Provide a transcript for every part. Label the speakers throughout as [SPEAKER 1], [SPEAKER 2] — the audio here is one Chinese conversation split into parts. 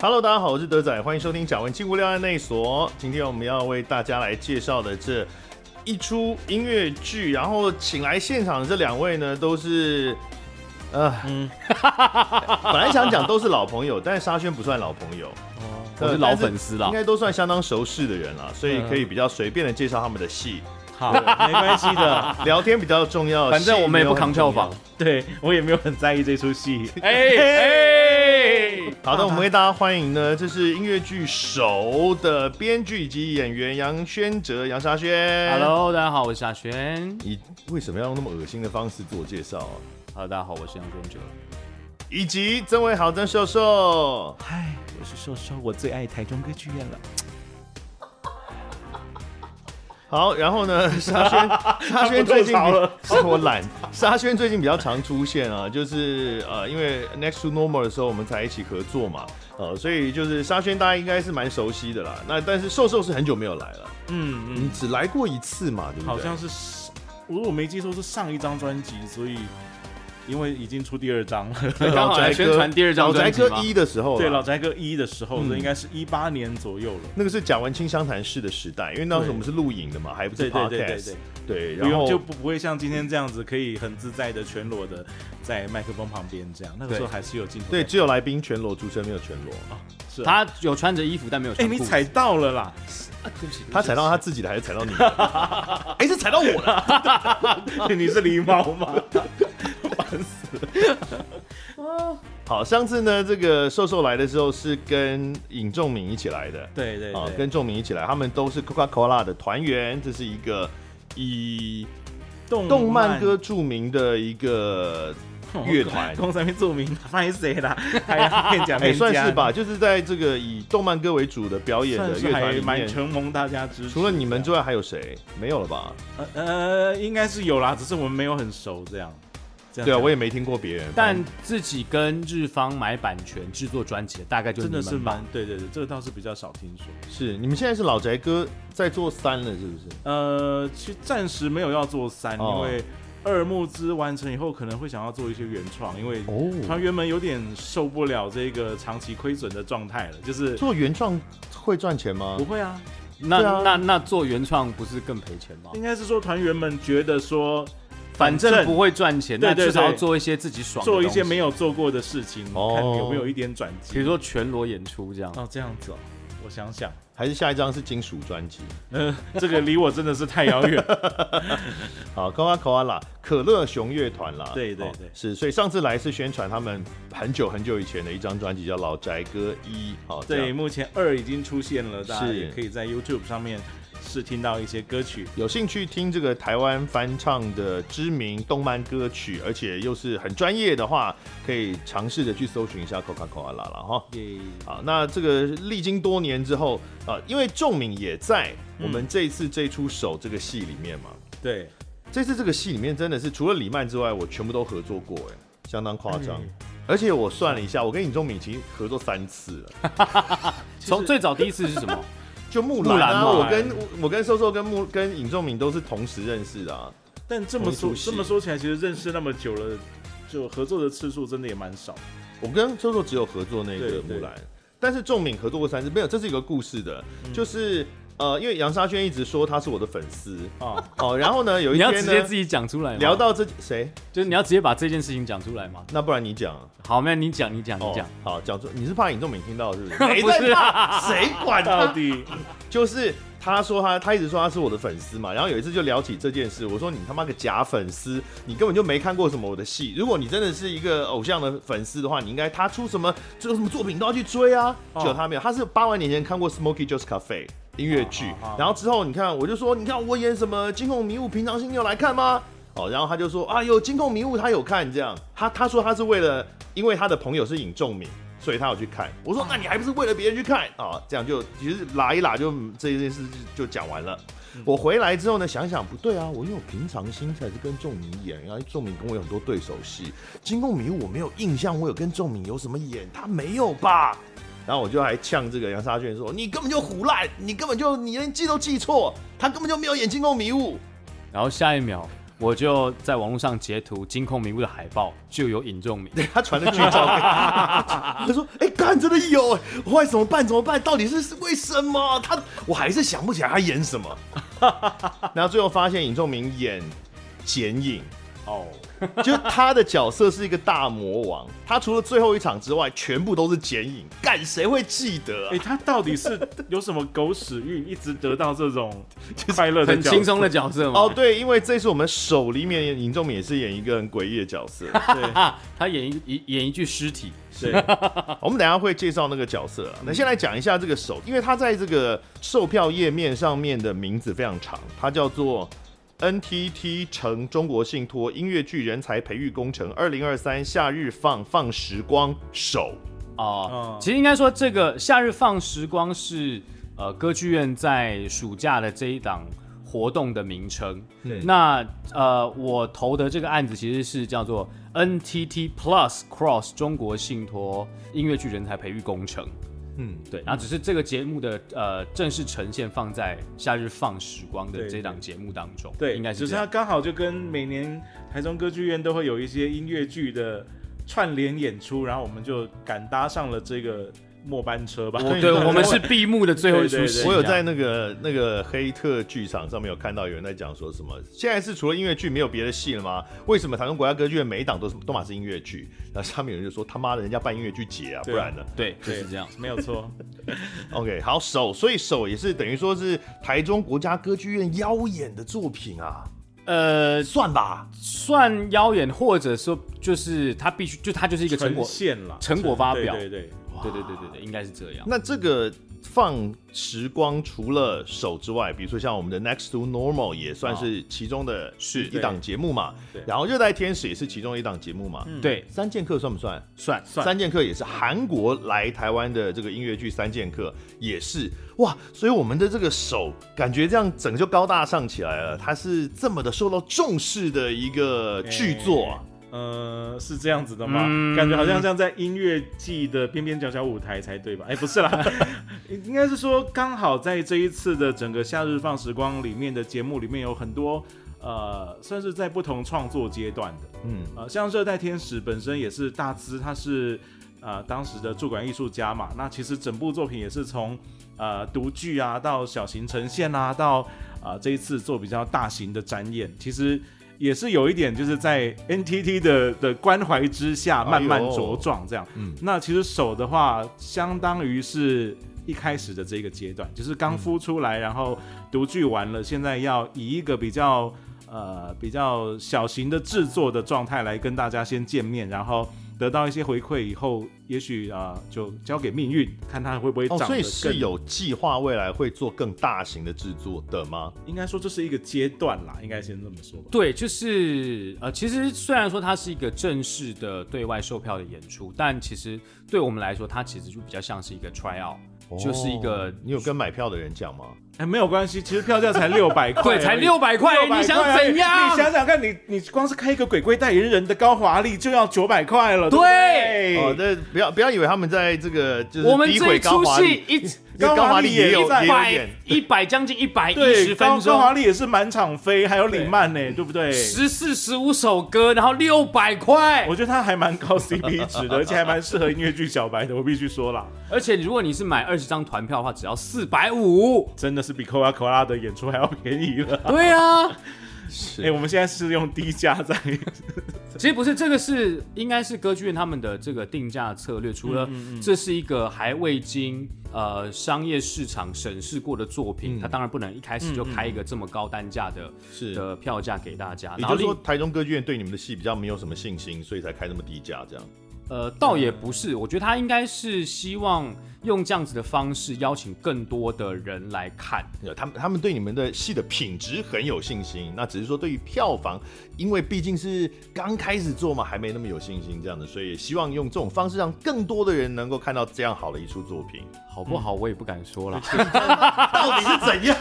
[SPEAKER 1] Hello，大家好，我是德仔，欢迎收听《贾文清无聊案内所》。今天我们要为大家来介绍的这一出音乐剧，然后请来现场的这两位呢，都是呃，
[SPEAKER 2] 嗯
[SPEAKER 1] 本来想讲都是老朋友，但是沙宣不算老朋友，
[SPEAKER 2] 我是老粉丝
[SPEAKER 1] 呃
[SPEAKER 2] 啦嗯
[SPEAKER 1] 应。该都算相当熟识的人了，啊所以可以比较随便的介绍他们的戏。
[SPEAKER 2] 好，
[SPEAKER 3] 没关系的，
[SPEAKER 1] 聊天比较重要，
[SPEAKER 2] 反正我们也不扛
[SPEAKER 1] 票
[SPEAKER 2] 票房。。
[SPEAKER 3] 对我也没有很在意这出戏。
[SPEAKER 2] 哎哎，
[SPEAKER 1] 好的，我们为大家欢迎呢，这是音乐剧《手》的编剧以及演员杨轩哲、杨沙轩。
[SPEAKER 2] Hello，大家好，我是夏轩。
[SPEAKER 1] 你为什么要用那么恶心的方式自我介绍、啊？
[SPEAKER 2] Hello，大家好，我是杨轩哲。
[SPEAKER 1] 以及曾伟豪、曾秀秀，
[SPEAKER 3] 嗨，我是瘦瘦，我最爱台中歌剧院了。
[SPEAKER 1] 好，然后呢，沙宣， 沙宣最近
[SPEAKER 3] 他不吐槽
[SPEAKER 1] 比
[SPEAKER 3] 了
[SPEAKER 1] 是 我懒，沙宣最近比较常出现啊，就是呃，因为 Next to Normal 的时候我们才一起合作嘛，呃，所以就是沙宣大家应该是蛮熟悉的啦。那但是瘦瘦是很久没有来了，
[SPEAKER 3] 嗯
[SPEAKER 1] 你，只来过一次嘛，对不对？
[SPEAKER 3] 好像是，我如果没记错是上一张专辑，所以因为已经出第二张了。
[SPEAKER 2] 刚好来宣传第二张
[SPEAKER 1] 老宅
[SPEAKER 2] 专辑
[SPEAKER 1] 歌
[SPEAKER 2] 吗
[SPEAKER 1] 哎一的时候，
[SPEAKER 3] 对，老。宅歌一的时候，这应该是一八年左右了。
[SPEAKER 1] 那个是贾文清湘潭市的时代，因为当时我们是录影的嘛，还不是
[SPEAKER 3] 对
[SPEAKER 1] podcast，
[SPEAKER 3] 对对对
[SPEAKER 1] 对
[SPEAKER 3] 对，不
[SPEAKER 1] 然后
[SPEAKER 3] 用就不不会像今天这样子，可以很自在的全裸的在麦克风旁边这样。那个时候
[SPEAKER 2] 对
[SPEAKER 3] 还是有镜头在。
[SPEAKER 1] 对只有来宾全裸，主持人没有全裸，
[SPEAKER 3] 是啊。
[SPEAKER 2] 他有穿着衣服，但没有
[SPEAKER 3] 哎，
[SPEAKER 2] 穿裤
[SPEAKER 3] 你
[SPEAKER 2] 子。
[SPEAKER 3] 踩到了 啦！
[SPEAKER 2] 啊对不起，
[SPEAKER 1] 他踩到他自己的还是踩到你的？ 哎、是踩到我了。
[SPEAKER 3] 你是狸猫吗？
[SPEAKER 1] 好，上次呢，这个瘦瘦来的时候是跟尹仲明一起来的，
[SPEAKER 3] 对对
[SPEAKER 1] 啊
[SPEAKER 3] 对，，
[SPEAKER 1] 跟仲明一起来，他们都是 Coca-Cola 的团员，这是一个以
[SPEAKER 3] 动
[SPEAKER 1] 动漫歌著名的一个乐团。
[SPEAKER 3] 公上面著 名，拍谁啦？还要面讲
[SPEAKER 1] 哎、
[SPEAKER 3] 面
[SPEAKER 1] 算是，吧，就是在这个以动漫歌为主的表演
[SPEAKER 3] 算
[SPEAKER 1] 的
[SPEAKER 3] 是
[SPEAKER 1] 乐团
[SPEAKER 3] 还
[SPEAKER 1] 里
[SPEAKER 3] 蛮
[SPEAKER 1] 面，
[SPEAKER 3] 承蒙大家支持。
[SPEAKER 1] 除了你们之外还有谁？没有了吧？
[SPEAKER 3] 呃，呃，应该是有啦，只是我们没有很熟这样。这样
[SPEAKER 1] 对啊，
[SPEAKER 3] 讲
[SPEAKER 1] 我也没听过别人。
[SPEAKER 2] 但自己跟日方买版权制作专辑的，大概就
[SPEAKER 3] 真的是
[SPEAKER 2] 你们吧
[SPEAKER 3] 蛮对对对，这个倒是比较少听说。
[SPEAKER 1] 是你们现在是老宅歌在做三了，是不是？
[SPEAKER 3] 呃，其实暂时没有要做三，
[SPEAKER 1] 哦
[SPEAKER 3] 因为二募资完成以后，可能会想要做一些原创，因为
[SPEAKER 1] 哦，
[SPEAKER 3] 团员们有点受不了这个长期亏损的状态了，就是
[SPEAKER 1] 做原创会赚钱吗
[SPEAKER 3] 不？会啊，
[SPEAKER 2] 那
[SPEAKER 1] 对啊
[SPEAKER 2] 那那做原创不是更赔钱吗？
[SPEAKER 3] 应该是说团员们觉得说，
[SPEAKER 2] 反正不会赚钱，
[SPEAKER 3] 对
[SPEAKER 2] 那
[SPEAKER 3] 对
[SPEAKER 2] 至少要
[SPEAKER 3] 对
[SPEAKER 2] 做一些自己爽的东
[SPEAKER 3] 做
[SPEAKER 2] 西，
[SPEAKER 3] 一些没有做过的事情，
[SPEAKER 1] 哦
[SPEAKER 3] 看有没有一点转机。
[SPEAKER 2] 比如说全裸演出这样。
[SPEAKER 3] 哦，这样子哦，我想想，
[SPEAKER 1] 还是下一张是金属专辑？
[SPEAKER 3] 呃，这个离我真的是太遥远。
[SPEAKER 1] 好，Coca-Cola 可乐熊乐团啦。
[SPEAKER 3] 对对
[SPEAKER 1] 哦
[SPEAKER 3] 对
[SPEAKER 1] 是。所以上次来是宣传他们很久很久以前的一张专辑，叫《老宅歌一》。哦，这
[SPEAKER 3] 对，
[SPEAKER 1] 样，
[SPEAKER 3] 目前二已经出现了，大家
[SPEAKER 1] 是
[SPEAKER 3] 也可以在 YouTube 上面试听到一些歌曲。
[SPEAKER 1] 有兴趣听这个台湾翻唱的知名动漫歌曲，而且又是很专业的话，可以尝试着去搜寻一下 Coca-Cola 啦哈。
[SPEAKER 3] 耶，
[SPEAKER 1] 好，啊那这个历经多年之后，啊，因为仲敏也在
[SPEAKER 3] 嗯
[SPEAKER 1] 我们这一次这出手这个戏里面嘛，
[SPEAKER 3] 对，
[SPEAKER 1] 这次这个戏里面真的是除了李曼之外，我全部都合作过，哎，相当夸张。
[SPEAKER 2] 嗯
[SPEAKER 1] 而且我算了一下，我跟尹仲敏已经合作三次了，
[SPEAKER 2] 从最早第一次是什么？
[SPEAKER 1] 就木
[SPEAKER 2] 木
[SPEAKER 1] 兰
[SPEAKER 2] 兰
[SPEAKER 1] 啊，
[SPEAKER 2] 嘛
[SPEAKER 1] 我跟我跟瘦瘦跟木跟尹仲敏都是同时认识的、啊，
[SPEAKER 3] 但这么
[SPEAKER 1] 同一
[SPEAKER 3] 说
[SPEAKER 1] 出戏
[SPEAKER 3] 这么说起来，其实认识那么久了，就合作的次数真的也 蛮少。
[SPEAKER 1] 我跟周周只有合作那
[SPEAKER 3] 对
[SPEAKER 1] 个
[SPEAKER 3] 对
[SPEAKER 1] 木兰，但是仲敏合作过三次，没有，这是一个故事的，
[SPEAKER 2] 嗯
[SPEAKER 1] 就是呃，因为杨沙宣一直说他是我的粉丝
[SPEAKER 3] 啊
[SPEAKER 1] 啊，哦，然后呢，有一
[SPEAKER 2] 你要
[SPEAKER 1] 天
[SPEAKER 2] 直接
[SPEAKER 1] 呢
[SPEAKER 2] 自。己讲出来吗，
[SPEAKER 1] 聊到这谁？
[SPEAKER 2] 就是你要直接把这件事情讲出来吗？
[SPEAKER 1] 那不然你讲，
[SPEAKER 2] 好，那你讲，你讲，你
[SPEAKER 1] 哦
[SPEAKER 2] 讲。
[SPEAKER 1] 好讲出你是怕尹仲敏听到是不是？没
[SPEAKER 2] 不是
[SPEAKER 1] 在怕，谁管
[SPEAKER 3] 到
[SPEAKER 1] 他？
[SPEAKER 3] 底
[SPEAKER 1] 就是他说他他一直说他是我的粉丝嘛，然后有一次就聊起这件事，我说你他妈个假粉丝，你根本就没看过什么我的戏。如果你真的是一个偶像的粉丝的话，你应该他出什么出什么作品都要去追啊。
[SPEAKER 3] 哦
[SPEAKER 1] 结果他没有，他是八万年前看过《Smoky Joe's Cafe》。音乐剧
[SPEAKER 3] 哦哦哦，
[SPEAKER 1] 然后之后你看，我就说，你看我演什么《惊鸿迷雾》，平常心你有来看吗？哦，然后他就说啊，有《惊鸿迷雾》，他有看这样。他他说他是为了，因为他的朋友是尹仲敏，所以他有去看。我说那你还不是为了别人去看啊？这样就其实拉一拉就这件事就讲完了。我回来之后呢，想想不对啊，我因为我平常心才是跟仲明演，然后仲明跟我有很多对手戏，《惊鸿迷雾》我没有印象，我有跟仲明有什么演，他没有吧？然后我就还呛这个杨沙卷说：“你根本就胡乱，你根本就你连记都记错，他根本就没有演《惊鸿迷雾》。
[SPEAKER 2] 然后下一秒，我就在网络上截 图《金控迷雾》的海报，就有尹仲明。
[SPEAKER 1] 他传了剧照给我，他说：“哎、干干真的有哎，后来怎么办？怎么办？到底是是为什么？他我还是想不起来他演什么。然后最后发现尹仲明演剪影，
[SPEAKER 3] 哦，
[SPEAKER 1] 就是他的角色是一个大魔王，他除了最后一场之外，全部都是剪影，干谁会记得、啊
[SPEAKER 3] 哎，？他到底是有什么狗屎运，一直得到这种快乐的
[SPEAKER 2] 很
[SPEAKER 3] 角
[SPEAKER 2] 轻
[SPEAKER 3] 色？
[SPEAKER 2] 松的角色嘛。
[SPEAKER 1] 哦，对，因为这次我们手里面尹仲明也是演一个很诡异的角色，
[SPEAKER 2] 啊，他演一一演一具尸体，
[SPEAKER 1] 对， 我们等一下会介绍那个角色啊。那先来讲一下这个手，因为它在这个售票页面上面的名字非常长，它叫做 NTT 城中国信托音乐剧人才培育工程二零二三夏日放放时光手。
[SPEAKER 2] 哦
[SPEAKER 3] 嗯，
[SPEAKER 2] 其实应该说，这个夏日放时光是呃歌剧院在暑假的这一档活动的名称。那呃，我投的这个案子其实是叫做 NTT Plus Cross 中国信托音乐剧人才培育工程。
[SPEAKER 1] 嗯，
[SPEAKER 2] 对，然后只是这个节目的呃正式呈现放在夏日放时光的
[SPEAKER 3] 对
[SPEAKER 2] 这档节目当中，
[SPEAKER 3] 对，
[SPEAKER 2] 应该
[SPEAKER 3] 只
[SPEAKER 2] 是
[SPEAKER 3] 是
[SPEAKER 2] 这样
[SPEAKER 3] 他。刚好就跟每年台中歌剧院都会有一些音乐剧的串联演出，然后我们就赶搭上了这个末班车吧。
[SPEAKER 1] 我
[SPEAKER 2] 对，
[SPEAKER 1] 对
[SPEAKER 2] 我们是闭幕的最后一出
[SPEAKER 3] 对对
[SPEAKER 2] 戏
[SPEAKER 3] 对
[SPEAKER 2] 啊。
[SPEAKER 1] 我有在那个那个黑特剧场上面有看到有人在讲说什么，现在是除了音乐剧没有别的戏了吗？为什么台中国家歌剧院每一档都是都嘛是音乐剧？然后下面有人就说他妈的，人家办音乐剧节啊，不
[SPEAKER 3] 对
[SPEAKER 1] 然呢？
[SPEAKER 2] 对，就
[SPEAKER 3] 对
[SPEAKER 2] 是这样。
[SPEAKER 3] 没有错，
[SPEAKER 1] OK，好手，所以手也是等于说是台中国家歌剧院邀演的作品啊，
[SPEAKER 2] 呃，
[SPEAKER 1] 算吧。
[SPEAKER 2] 算妖眼，或者说就是他必须，就他就是一个成
[SPEAKER 3] 呈
[SPEAKER 2] 果，
[SPEAKER 3] 现了
[SPEAKER 2] 成果发表
[SPEAKER 3] 对对对，
[SPEAKER 2] 对对对对对，应该是这样。
[SPEAKER 1] 那这个放时光除了手之外，比如说像我们的 Next to Normal 也算是其中的
[SPEAKER 2] 是
[SPEAKER 1] 一档节目嘛
[SPEAKER 3] 对，
[SPEAKER 1] 然后热带天使也是其中一档节目嘛。
[SPEAKER 2] 嗯对，
[SPEAKER 1] 三剑客算不算？
[SPEAKER 2] 算
[SPEAKER 3] 算
[SPEAKER 1] 三剑客也是韩国来台湾的这个音乐剧《三剑客》，也是哇，所以我们的这个手感觉这样整个就高大上起来了。它是这么的受到重视的一个
[SPEAKER 2] 哎
[SPEAKER 1] 剧作啊，
[SPEAKER 3] 呃，是这样子的吗？
[SPEAKER 2] 嗯
[SPEAKER 3] 感觉好像像在音乐季的边边角角舞台才对吧？哎、不是啦， 应该是说刚好在这一次的整个夏日放时光里面的节目里面有很多呃，算是在不同创作阶段的，
[SPEAKER 1] 嗯，
[SPEAKER 3] 呃，像热带天使本身也是大资，他是呃当时的驻馆艺术家嘛，那其实整部作品也是从呃独剧啊到小型呈现啊，到啊、这一次做比较大型的展演，其实也是有一点就是在 NTT 的的关怀之下
[SPEAKER 1] 哎呦嗯
[SPEAKER 3] 慢慢茁壮这样。那其实手的话，相当于是一开始的这个阶段，就是
[SPEAKER 1] 嗯
[SPEAKER 3] 刚孵出来，然后独剧完了，现在要以一个比较。呃，比较小型的制作的状态来跟大家先见面，然后得到一些回馈以后，也许啊、呃就交给命运，看它会不会长
[SPEAKER 1] 哦，
[SPEAKER 3] 得更。
[SPEAKER 1] 所以是有计划未来会做更大型的制作的吗？
[SPEAKER 3] 应该说这是一个阶段啦，应该先这么说吧。
[SPEAKER 2] 对，就是呃，其实虽然说它是一个正式的对外售票的演出，但其实对我们来说，它其实就比较像是一个 try out，、就是一个
[SPEAKER 1] 哦你有跟买票的人讲吗？
[SPEAKER 3] 哎，没有关系，其实票价才六百块而已，
[SPEAKER 2] 对，才六百块，
[SPEAKER 3] 600
[SPEAKER 2] 你想怎
[SPEAKER 3] 而已
[SPEAKER 2] 样？
[SPEAKER 3] 你想想看，你你光是开一个鬼鬼代言人的高华丽就要九百块了，对
[SPEAKER 1] 哦
[SPEAKER 3] 不，对
[SPEAKER 1] 那不要不要以为他们在这个就是
[SPEAKER 2] 我们
[SPEAKER 1] 诋
[SPEAKER 2] 这
[SPEAKER 1] 毁
[SPEAKER 2] 一
[SPEAKER 1] 高
[SPEAKER 2] 出
[SPEAKER 1] 华
[SPEAKER 2] 戏
[SPEAKER 1] 丽，
[SPEAKER 2] 一
[SPEAKER 1] 因为高华丽也有
[SPEAKER 3] 高华丽也在
[SPEAKER 1] 也有
[SPEAKER 2] 百
[SPEAKER 1] 演，
[SPEAKER 2] 一百将近一百一
[SPEAKER 3] 对，
[SPEAKER 2] 十
[SPEAKER 3] 高
[SPEAKER 2] 分
[SPEAKER 3] 高华
[SPEAKER 2] 钟，
[SPEAKER 3] 丽也是满场飞，还有李曼呢，对不对？
[SPEAKER 2] 十四十五首歌，然后六百块
[SPEAKER 3] 我，觉得他还蛮高 CP 值的，而且还蛮适合音乐剧小白的，我必须说啦，
[SPEAKER 2] 而且如果你是买二十张团票的话，只要四百五。
[SPEAKER 3] 真的是比 Coca Cola 的演出还要便宜了。
[SPEAKER 2] 对 啊，
[SPEAKER 3] 哎，我们现在是用低价在，
[SPEAKER 2] 其实不是这个是应该是歌剧院他们的这个定价策略，除了这是一个还未经呃商业市场审视过的作品，它当然不能一开始就开一个这么高单价的、
[SPEAKER 1] 是
[SPEAKER 2] 的票价给大家。
[SPEAKER 1] 嗯也
[SPEAKER 2] 然
[SPEAKER 1] 就
[SPEAKER 2] 后
[SPEAKER 1] 是说
[SPEAKER 2] 另
[SPEAKER 1] 台中歌剧院对你们的戏比较没有什么信心，所以才开那么低价这样。
[SPEAKER 2] 呃，倒也不是，我觉得他应该是希望用这样子的方式邀请更多的人来看。
[SPEAKER 1] 呃，他们他们对你们的戏的品质很有信心，那只是说对于票房，因为毕竟是刚开始做嘛，还没那么有信心这样的，所以希望用这种方式让更多的人能够看到这样好的一出作 品，
[SPEAKER 2] 好不好？我也不敢说了。
[SPEAKER 1] 到底是怎 样，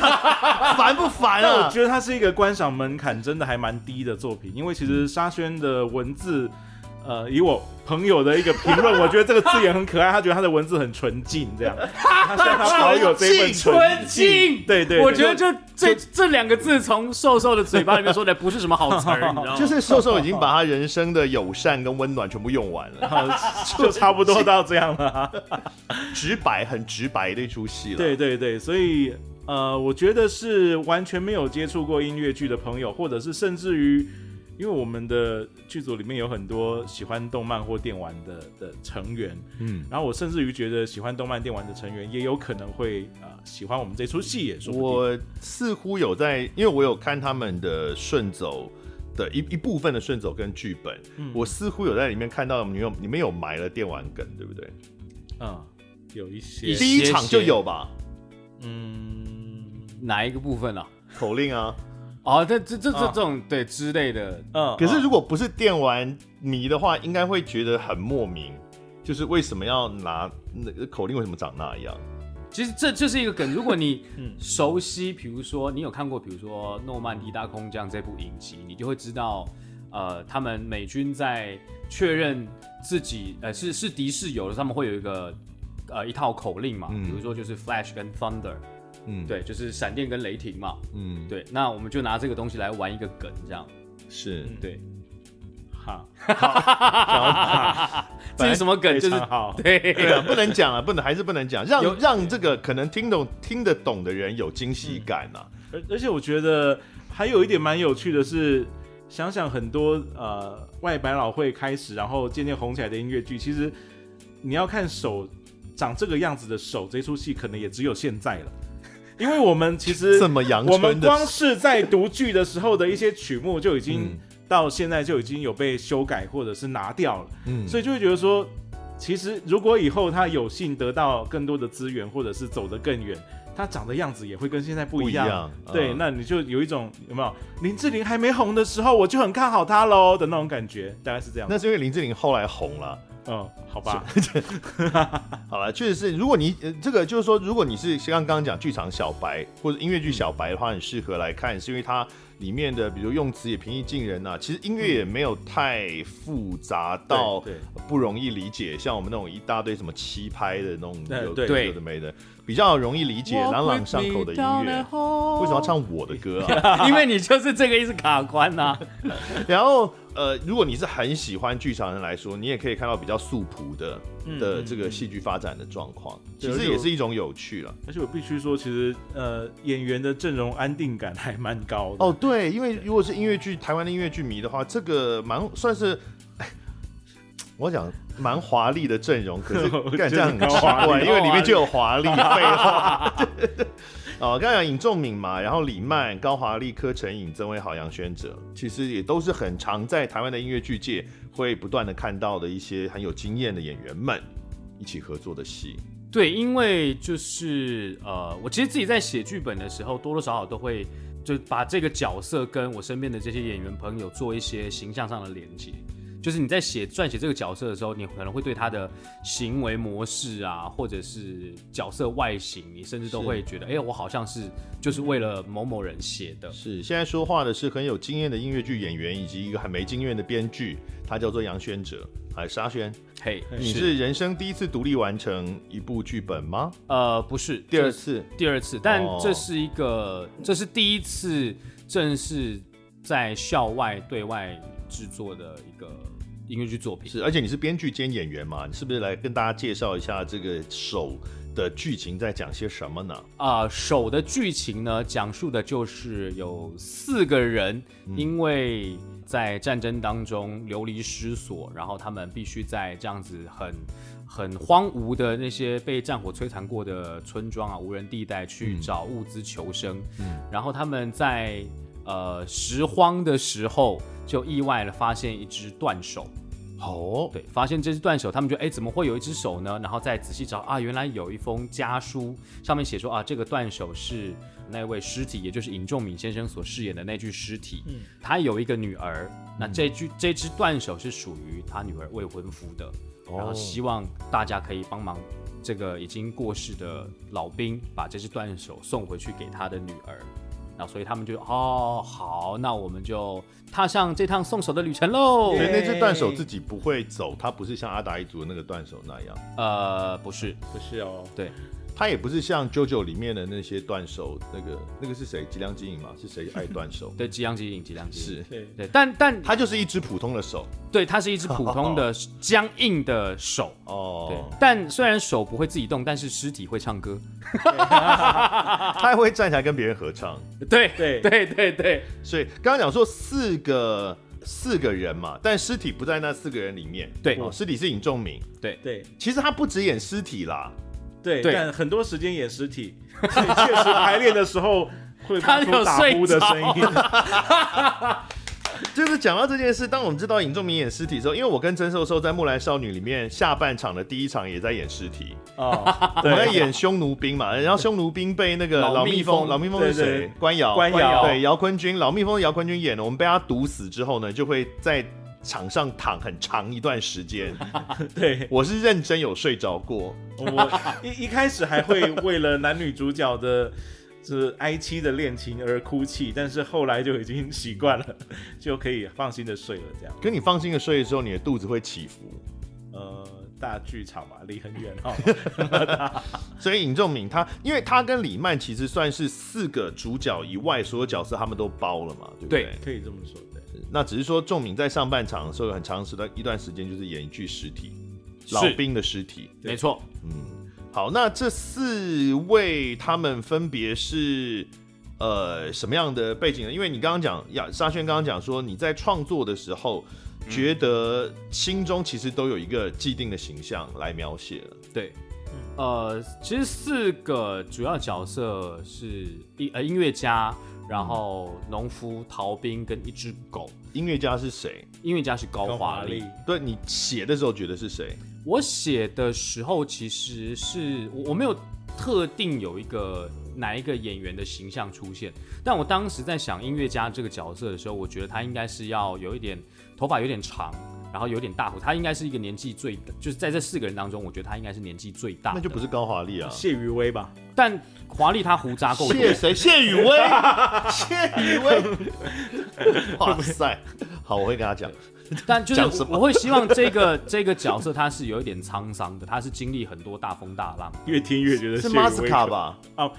[SPEAKER 1] 烦不烦
[SPEAKER 3] 哎但我
[SPEAKER 1] 啊？
[SPEAKER 3] 觉得它是一个观赏门槛真的还蛮低的作品，因为其实沙宣的文字。呃，以我朋友的一个评论，我觉得这个字眼很可爱，他觉得他的文字很纯净，这样，他希望他保有这一份
[SPEAKER 2] 纯
[SPEAKER 3] 净
[SPEAKER 2] 净，，
[SPEAKER 3] 对对
[SPEAKER 2] 我觉得这这这两个字从瘦瘦的嘴巴里面说的不是什么好词儿，你知道吗？
[SPEAKER 1] 就是瘦瘦已经把他人生的友善跟温暖全部用完了，
[SPEAKER 3] 好就差不多到这样了啊。
[SPEAKER 1] 直白很直白的一出戏了。
[SPEAKER 3] 对对对，所以呃，我觉得是完全没有接触过音乐剧的朋友，或者是甚至于，因为我们的剧组里面有很多喜欢动漫或电玩的的成员，
[SPEAKER 4] 嗯，
[SPEAKER 3] 然后我甚至于觉得喜欢动漫电玩的成员也有可能会呃喜欢我们这出戏，也说不定。
[SPEAKER 1] 我似乎有在，因为我有看他们的顺走的一一部分的顺走跟剧本，
[SPEAKER 3] 嗯
[SPEAKER 1] 我似乎有在里面看到你有你们有埋了电玩梗，对不对？
[SPEAKER 3] 嗯，有一些
[SPEAKER 2] 一
[SPEAKER 1] 第一
[SPEAKER 2] 些
[SPEAKER 1] 场就
[SPEAKER 2] 些
[SPEAKER 1] 有吧，
[SPEAKER 3] 嗯
[SPEAKER 2] 哪一个部分啊？
[SPEAKER 1] 口令 啊。
[SPEAKER 2] 哦，这这这这
[SPEAKER 3] 啊
[SPEAKER 2] 这种对之类的，
[SPEAKER 3] 嗯，
[SPEAKER 1] 可是
[SPEAKER 3] 嗯
[SPEAKER 1] 如果不是电玩迷的话，应该会觉得很莫名，就是为什么要拿那个口令为什么长那样？
[SPEAKER 2] 其实这就是一个梗。如果你
[SPEAKER 3] 嗯
[SPEAKER 2] 熟悉，比如说你有看过，比如说《诺曼底大空降》这部影集，你就会知道，呃，他们美军在确认自己呃是是敌是友的时候，他们会有一个呃一套口令嘛，
[SPEAKER 1] 嗯
[SPEAKER 2] 比如说就是 Flash 跟 Thunder，
[SPEAKER 4] 嗯，
[SPEAKER 2] 对，就是闪电跟雷霆嘛，
[SPEAKER 4] 嗯，
[SPEAKER 2] 对。那我们就拿这个东西来玩一个梗，这样
[SPEAKER 1] 是
[SPEAKER 2] 对。
[SPEAKER 3] 嗯 好，
[SPEAKER 2] 这是什么梗？
[SPEAKER 3] 非
[SPEAKER 2] 就
[SPEAKER 3] 常
[SPEAKER 2] 是
[SPEAKER 3] 好
[SPEAKER 2] 对，
[SPEAKER 1] 对啊，不能讲了，不能还是不能讲，
[SPEAKER 2] 有
[SPEAKER 1] 让让这个可能听懂听得懂的人有惊喜感啊。
[SPEAKER 3] 而而且我觉得还有一点蛮有趣的是，想想很多呃外百老汇开始，然后渐渐红起来的音乐剧，其实你要看手长这个样子的手，这出戏可能也只有现在了，因为我们其 实
[SPEAKER 1] 这么阳
[SPEAKER 3] 嗯我们
[SPEAKER 1] 春的
[SPEAKER 3] 光是在读剧的时候的一些曲目就已经、
[SPEAKER 1] 嗯
[SPEAKER 3] 到现在就已经有被修改或者是拿掉了，
[SPEAKER 4] 嗯，
[SPEAKER 3] 所以就会觉得说，其实如果以后他有幸得到更多的资源，或者是走得更远，他长的样子也会跟现在不
[SPEAKER 1] 不
[SPEAKER 3] 一
[SPEAKER 1] 一
[SPEAKER 3] 样。
[SPEAKER 1] 样，
[SPEAKER 3] 对，
[SPEAKER 1] 嗯
[SPEAKER 3] 那你就有一种有没有林志玲还没红的时候，我就很看好她喽的那种感觉，大概是这样。
[SPEAKER 1] 那是因为林志玲后来红了。
[SPEAKER 3] 嗯，好吧，
[SPEAKER 1] 好了，确实是，如果你、呃、这个就是说，如果你是像刚刚讲剧场小白或者音乐剧小白的话，很适合来看，是因为它里面的比如用词也平易近人呐、其实音乐也没有太复杂到
[SPEAKER 3] 对对
[SPEAKER 1] 不容易理解，像我们那种一大堆什么七拍的那种
[SPEAKER 3] 呃
[SPEAKER 1] 有
[SPEAKER 3] 对
[SPEAKER 1] 有的没的，比较容易理解朗朗上口的音乐。为什么要唱我的歌啊？
[SPEAKER 2] 因为你就是这个一直卡关啊呐、
[SPEAKER 1] 然后呃，如果你是很喜欢剧场人来说，你也可以看到比较素朴的的这个戏剧发展的状况，其
[SPEAKER 3] 对
[SPEAKER 1] 实
[SPEAKER 3] 就
[SPEAKER 1] 也是一种有趣了。
[SPEAKER 3] 而且我必须说，其实呃，演员的阵容安定感还蛮高的。
[SPEAKER 1] 哦，对，因为如果是音乐剧，台湾的音乐剧迷的话，这个 蛮算是，我讲蛮华丽的阵容，可是 干这样很奇
[SPEAKER 3] 啊
[SPEAKER 1] 怪，因为里面就有华丽，废话。 哦，刚才讲尹仲敏嘛，然后李曼、高华丽、柯晨颖、曾威豪、杨轩哲，其实也都是很常在台湾的音乐剧界会不断的看到的一些很有经验的演员们一起合作的戏。
[SPEAKER 2] 对，因为就是呃，我其实自己在写剧本的时候，多多少少都会就把这个角色跟我身边的这些演员朋友做一些形象上的连接。就是你在写撰写这个角色的时候，你可能会对他的行为模式啊，或者是角色外形，你甚至都
[SPEAKER 1] 是
[SPEAKER 2] 会觉得，哎、我好像是就是为了某某人写的。
[SPEAKER 1] 是，现在说话的是很有经验的音乐剧演员，以及一个很没经验的编剧，他叫做杨轩哲，还沙宣。
[SPEAKER 2] 嘿、
[SPEAKER 1] 你是人生第一次独立完成一部剧本吗？
[SPEAKER 2] 呃，不是
[SPEAKER 1] 第二次
[SPEAKER 2] 第二次，但
[SPEAKER 1] 哦
[SPEAKER 2] 这是一个，这是第一次正式在校外对外制作的一个音乐剧作品。
[SPEAKER 1] 是，而且你是编剧兼演员嘛，你是不是来跟大家介绍一下这个手的剧情在讲些什么呢？
[SPEAKER 2] 啊、手的剧情呢，讲述的就是有四个人因为在战争当中流离失所，然后他们必须在这样子很很荒芜的那些被战火摧残过的村庄啊、无人地带去找物资求生。然后他们在呃拾荒的时候，就意外的发现一只断手。
[SPEAKER 1] 哦，
[SPEAKER 2] 对，发现这只断手，他们就哎怎么会有一只手呢？然后再仔细找啊，原来有一封家书，上面写说啊，这个断手是那位尸体，也就是尹仲敏先生所饰演的那具尸体。嗯，他有一个女儿，那这具、这只断手是属于他女儿未婚夫的，
[SPEAKER 1] 哦
[SPEAKER 2] 然后希望大家可以帮忙这个已经过世的老兵把这只断手送回去给他的女儿。然后所以他们就哦好，那我们就踏上这趟送手的旅程喽。
[SPEAKER 1] 所以
[SPEAKER 3] 对
[SPEAKER 1] 那只断手自己不会走，它不是像阿达一族的那个断手那样，
[SPEAKER 2] 呃，不是，
[SPEAKER 3] 不是哦，
[SPEAKER 2] 对，
[SPEAKER 1] 它也不是像 JoJo 里面的那些断手，那个那个是谁？吉良金影嘛，是谁爱断 手？
[SPEAKER 2] 对，吉阳吉影吉良吉影，
[SPEAKER 1] 是，
[SPEAKER 3] 对，
[SPEAKER 2] 对，但但
[SPEAKER 1] 它就是一只普通的手
[SPEAKER 2] 对，它是一只普通 的僵硬的手。对
[SPEAKER 1] 哦，，
[SPEAKER 2] 但虽然手不会自己动，但是尸体会唱歌。
[SPEAKER 1] 它还会站起来跟别人合唱。
[SPEAKER 2] 对
[SPEAKER 3] 对
[SPEAKER 2] 对对对，
[SPEAKER 1] 所以刚刚讲说四个四个人嘛，但尸体不在那四个人里面。
[SPEAKER 2] 对
[SPEAKER 1] 哦尸体是尹仲明。
[SPEAKER 3] 对
[SPEAKER 1] 其实他不止演尸体啦，
[SPEAKER 3] 对
[SPEAKER 2] 对
[SPEAKER 3] 但很多时间演尸体， 所以确实排练的时候会发出
[SPEAKER 2] 他有
[SPEAKER 3] 打
[SPEAKER 2] 睡
[SPEAKER 3] 呼的声音。
[SPEAKER 1] 就是讲到这件事，当我们知道尹仲明演尸体的时候，因为我跟曾寿寿在《木兰少女》里面下半场的第一场也在演尸体，
[SPEAKER 3] 哦，
[SPEAKER 1] 我们在演匈奴兵嘛，然后匈奴兵被那个
[SPEAKER 2] 老
[SPEAKER 1] 老
[SPEAKER 2] 蜜
[SPEAKER 1] 蜜
[SPEAKER 2] 蜂
[SPEAKER 1] 蜂，老蜜蜂是
[SPEAKER 3] 对对
[SPEAKER 1] 谁？官窑，
[SPEAKER 3] 官窑
[SPEAKER 1] 对，姚坤君，老蜜蜂是姚坤君演的，我们被他毒死之后呢，就会在场上躺很长一段时间，
[SPEAKER 3] 对，
[SPEAKER 1] 我是认真有睡着过，
[SPEAKER 3] 我一一开始还会为了男女主角的。这哀妻的恋情而哭泣，但是后来就已经习惯了， 就可以放心的睡了。这样，
[SPEAKER 1] 可你放心的睡的时候，你的肚子会起伏。
[SPEAKER 3] 呃，大剧场嘛，离很远哦。
[SPEAKER 1] 所以尹仲敏他，因为他跟李曼其实算是四个主角以外所有角色他们都包了嘛，对不对？
[SPEAKER 2] 对
[SPEAKER 3] 可以这么说，对，
[SPEAKER 1] 那只是说仲敏在上半场的时候有很长时段一段时间就是演一具尸体，
[SPEAKER 2] 是
[SPEAKER 1] 老兵的尸体。
[SPEAKER 2] 没错。
[SPEAKER 1] 嗯，好，那这四位他们分别是呃什么样的背景呢？因为你刚刚讲，呀，沙宣刚刚讲说你在创作的时候，觉得心中其实都有一个既定的形象来描写了。
[SPEAKER 2] 对，呃，其实四个主要角色是音呃音乐家，然后农夫、逃兵跟一只狗。
[SPEAKER 1] 音乐家是谁？
[SPEAKER 2] 音乐家是高华
[SPEAKER 3] 华
[SPEAKER 2] 丽
[SPEAKER 3] 丽。
[SPEAKER 1] 对你写的时候觉得是谁？
[SPEAKER 2] 我写的时候其实是我我没有特定有一个哪一个演员的形象出现，但我当时在想音乐家这个角色的时候，我觉得他应该是要有一点头发有点长，然后有点大胡，他应该是一个年纪最就是在这四个人当中，我觉得他应该是年纪最大的。
[SPEAKER 1] 那就不是高华丽啊。
[SPEAKER 3] 呃谢余威吧，
[SPEAKER 2] 但华丽她胡渣够多，
[SPEAKER 1] 谢谁？谢雨薇，谢雨薇。哇塞，好，我会跟他讲。
[SPEAKER 2] 但就是
[SPEAKER 1] 讲什么
[SPEAKER 2] 我我会希望这个这个角色他是有一点沧桑的，他是经历很多大风大浪。
[SPEAKER 3] 越听越觉得
[SPEAKER 1] 是
[SPEAKER 3] 谢余
[SPEAKER 1] 马
[SPEAKER 3] 威
[SPEAKER 1] 斯卡
[SPEAKER 3] 可？
[SPEAKER 1] 吧？
[SPEAKER 3] 哦，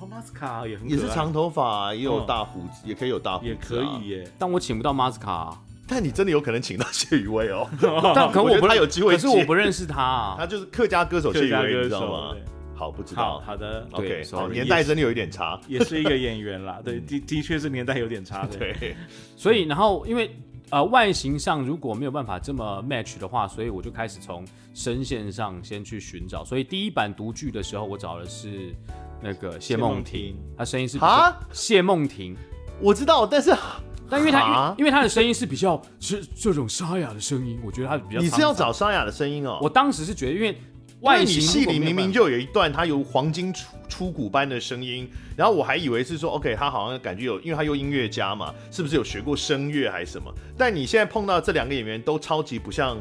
[SPEAKER 3] 哦，马斯卡也很可
[SPEAKER 1] 也
[SPEAKER 3] 爱
[SPEAKER 1] 是，长头发，也有
[SPEAKER 3] 嗯
[SPEAKER 1] 大胡子，也可以有大胡子、啊
[SPEAKER 3] 也可以。耶。
[SPEAKER 2] 但我请不到马斯卡啊，
[SPEAKER 1] 但你真的有可能请到谢雨薇 哦，
[SPEAKER 2] 但可能
[SPEAKER 1] 我觉
[SPEAKER 2] 不
[SPEAKER 1] 得他
[SPEAKER 2] 认
[SPEAKER 1] 有机会
[SPEAKER 2] 可是我
[SPEAKER 1] 接
[SPEAKER 2] 不认识 他啊。
[SPEAKER 1] 他就是客家歌哦手谢
[SPEAKER 3] 客
[SPEAKER 1] 雨
[SPEAKER 3] 家
[SPEAKER 1] 薇，你
[SPEAKER 3] 歌
[SPEAKER 1] 知道
[SPEAKER 3] 手
[SPEAKER 1] 吗？
[SPEAKER 3] 对
[SPEAKER 1] 好，不知
[SPEAKER 3] 好
[SPEAKER 1] 道。
[SPEAKER 3] 好的，
[SPEAKER 2] 对
[SPEAKER 1] OK，好，
[SPEAKER 2] sorry，
[SPEAKER 1] 年代真的有一点差。
[SPEAKER 3] 也是一个演员啦，对，的的确是年代有点差的。
[SPEAKER 1] 嗯对，
[SPEAKER 2] 所
[SPEAKER 1] 嗯
[SPEAKER 2] 以然后因为呃外形上如果没有办法这么 match 的话，所以我就开始从声线上先去寻找。所以第一版读剧的时候，我找的是那个谢梦婷
[SPEAKER 3] 谢梦婷，
[SPEAKER 2] 她声音是比较
[SPEAKER 1] 啊，
[SPEAKER 2] 谢梦婷。
[SPEAKER 1] 我知道，但是
[SPEAKER 2] 但因为她
[SPEAKER 1] 啊
[SPEAKER 2] 因为她的声音是比较是这种沙哑的声音，我觉得她比较沧桑。
[SPEAKER 1] 你是要找沙哑的声音哦。
[SPEAKER 2] 我当时是觉得，因为
[SPEAKER 1] 因为
[SPEAKER 2] 外
[SPEAKER 1] 你
[SPEAKER 2] 形
[SPEAKER 1] 戏
[SPEAKER 2] 如果
[SPEAKER 1] 里
[SPEAKER 2] 没有
[SPEAKER 1] 明明
[SPEAKER 2] 办法
[SPEAKER 1] 就有一段他有黄金出出骨般的声音，然后我还以为是说 OK，他好像感觉有，因为他又音乐家嘛，是不是有学过声乐还是什么？但你现在碰到这两个演员都超级不像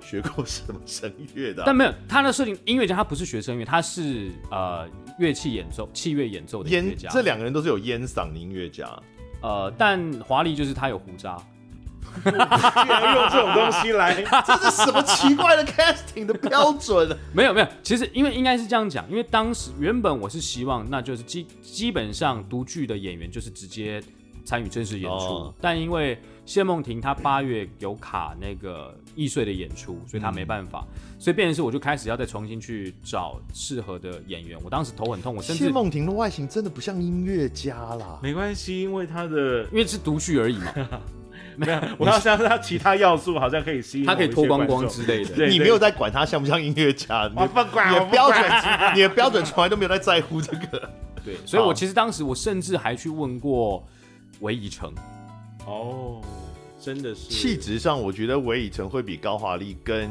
[SPEAKER 1] 学过什么声乐的啊、
[SPEAKER 2] 但没有他的设定，音乐家他不是学声乐，他是呃乐器演奏、器乐演奏的音乐
[SPEAKER 1] 烟
[SPEAKER 2] 家。
[SPEAKER 1] 这两个人都是有烟嗓的音乐家，
[SPEAKER 2] 呃，但华丽就是他有胡渣，
[SPEAKER 3] 居然用这种东西来，
[SPEAKER 1] 这是什么奇怪的 casting 的标 准？
[SPEAKER 2] 没有没有，其实因为应该是这样讲，因为当时原本我是希望，那就是基基本上独剧的演员就是直接参与正式演出，
[SPEAKER 1] 哦
[SPEAKER 2] 但因为谢梦婷她八月有卡那个易碎的演出，所以她没办法，所以变成是我就开始要再重新去找适合的演员。我当时头很痛，我甚
[SPEAKER 1] 谢
[SPEAKER 2] 至
[SPEAKER 1] 梦婷的外形真的不像音乐家啦。
[SPEAKER 3] 没关系，因为他的
[SPEAKER 2] 因为是独剧而已 嘛，
[SPEAKER 3] 没有， 我要相信他其他要素好像可以吸引
[SPEAKER 2] 他可以脱光光之
[SPEAKER 3] 类
[SPEAKER 2] 类的。
[SPEAKER 3] 对
[SPEAKER 1] 你 没有在管他像不像音乐家，你
[SPEAKER 3] 我不管，
[SPEAKER 1] 你
[SPEAKER 3] 我
[SPEAKER 1] 的
[SPEAKER 3] 不
[SPEAKER 1] 标准
[SPEAKER 3] 管，
[SPEAKER 1] 你的标准从来都没有在在乎这个。
[SPEAKER 2] 对，所以我
[SPEAKER 1] 好
[SPEAKER 2] 其实当时我甚至还去问过韦以诚，
[SPEAKER 3] 哦，真的是
[SPEAKER 1] 气质上，我觉得韦以诚会比高华丽跟